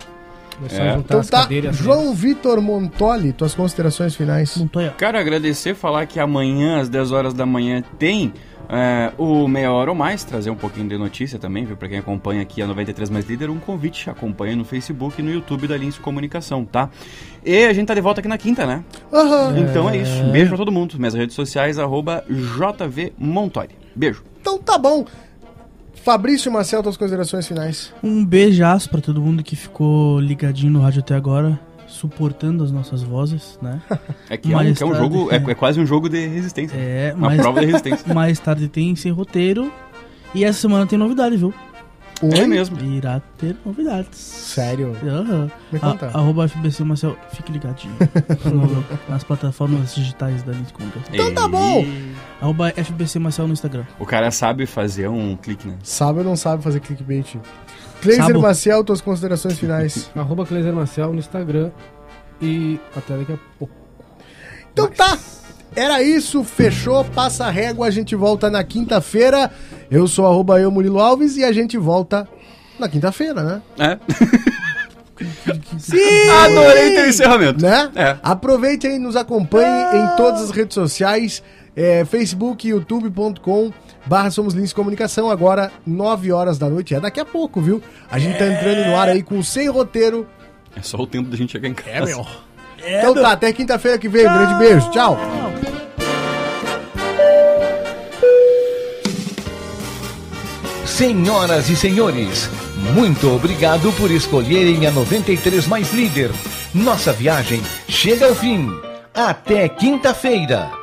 Speaker 6: Começar
Speaker 5: É.
Speaker 6: a juntar
Speaker 4: Então
Speaker 6: É. as
Speaker 4: tá,
Speaker 6: cadeiras. né?
Speaker 4: João Vitor Montoli, tuas considerações finais.
Speaker 3: Montoya.
Speaker 5: Quero agradecer, falar que amanhã, às 10 horas da manhã, tem é, o Meia Hora ou Mais, trazer um pouquinho de notícia também, viu? Pra quem acompanha aqui a 93 Mais Líder, um convite, acompanha no Facebook e no YouTube da Lince Comunicação, tá? E a gente tá de volta aqui na quinta, né?
Speaker 4: Aham.
Speaker 5: Então é isso, beijo pra todo mundo. Minhas redes sociais, arroba JVMontori. Beijo.
Speaker 4: Então tá bom. Fabrício Marcel, tuas considerações finais.
Speaker 3: Um beijaço pra todo mundo que ficou ligadinho no rádio até agora, suportando as nossas vozes, né?
Speaker 5: É que é um, que é um jogo, é, é quase um jogo de resistência.
Speaker 3: É,
Speaker 5: Uma
Speaker 3: mais-
Speaker 5: prova de resistência.
Speaker 3: Mais tarde tem sem roteiro. E essa semana tem novidade, viu?
Speaker 5: É mesmo.
Speaker 3: Irá ter novidades.
Speaker 4: Sério?
Speaker 3: Aham.
Speaker 4: Me conta.
Speaker 3: A- arroba FBC Marcel, fique ligadinho no- nas plataformas digitais da Elite Comunicação.
Speaker 5: Então tá
Speaker 4: bom.
Speaker 3: Arroba FBC Marcel no Instagram.
Speaker 5: O cara sabe fazer um clique, né?
Speaker 4: Sabe ou não sabe fazer clickbait? Cleiser
Speaker 3: Sabo.
Speaker 4: Maciel, tuas considerações finais.
Speaker 6: Arroba Cleiser Marcel no Instagram. E até daqui a pouco.
Speaker 4: Então tá, era isso, fechou, passa a régua, a gente volta na quinta-feira. Eu sou arroba eu, Murilo Alves, e a gente volta na quinta-feira, né?
Speaker 5: É.
Speaker 4: Sim!
Speaker 5: Adorei teu encerramento.
Speaker 4: Né?
Speaker 5: É.
Speaker 4: Aproveite aí, nos acompanhe em todas as redes sociais, é, Facebook, youtube.com barra Somos Lins Comunicação, agora 9 horas da noite, é daqui a pouco, viu? A gente tá entrando no ar aí com o Sem Roteiro.
Speaker 5: É só o tempo da gente chegar em casa.
Speaker 4: então tá, até quinta-feira que vem, um grande beijo, tchau!
Speaker 2: Senhoras e senhores, muito obrigado por escolherem a 93 mais líder. Nossa viagem chega ao fim. Até quinta-feira.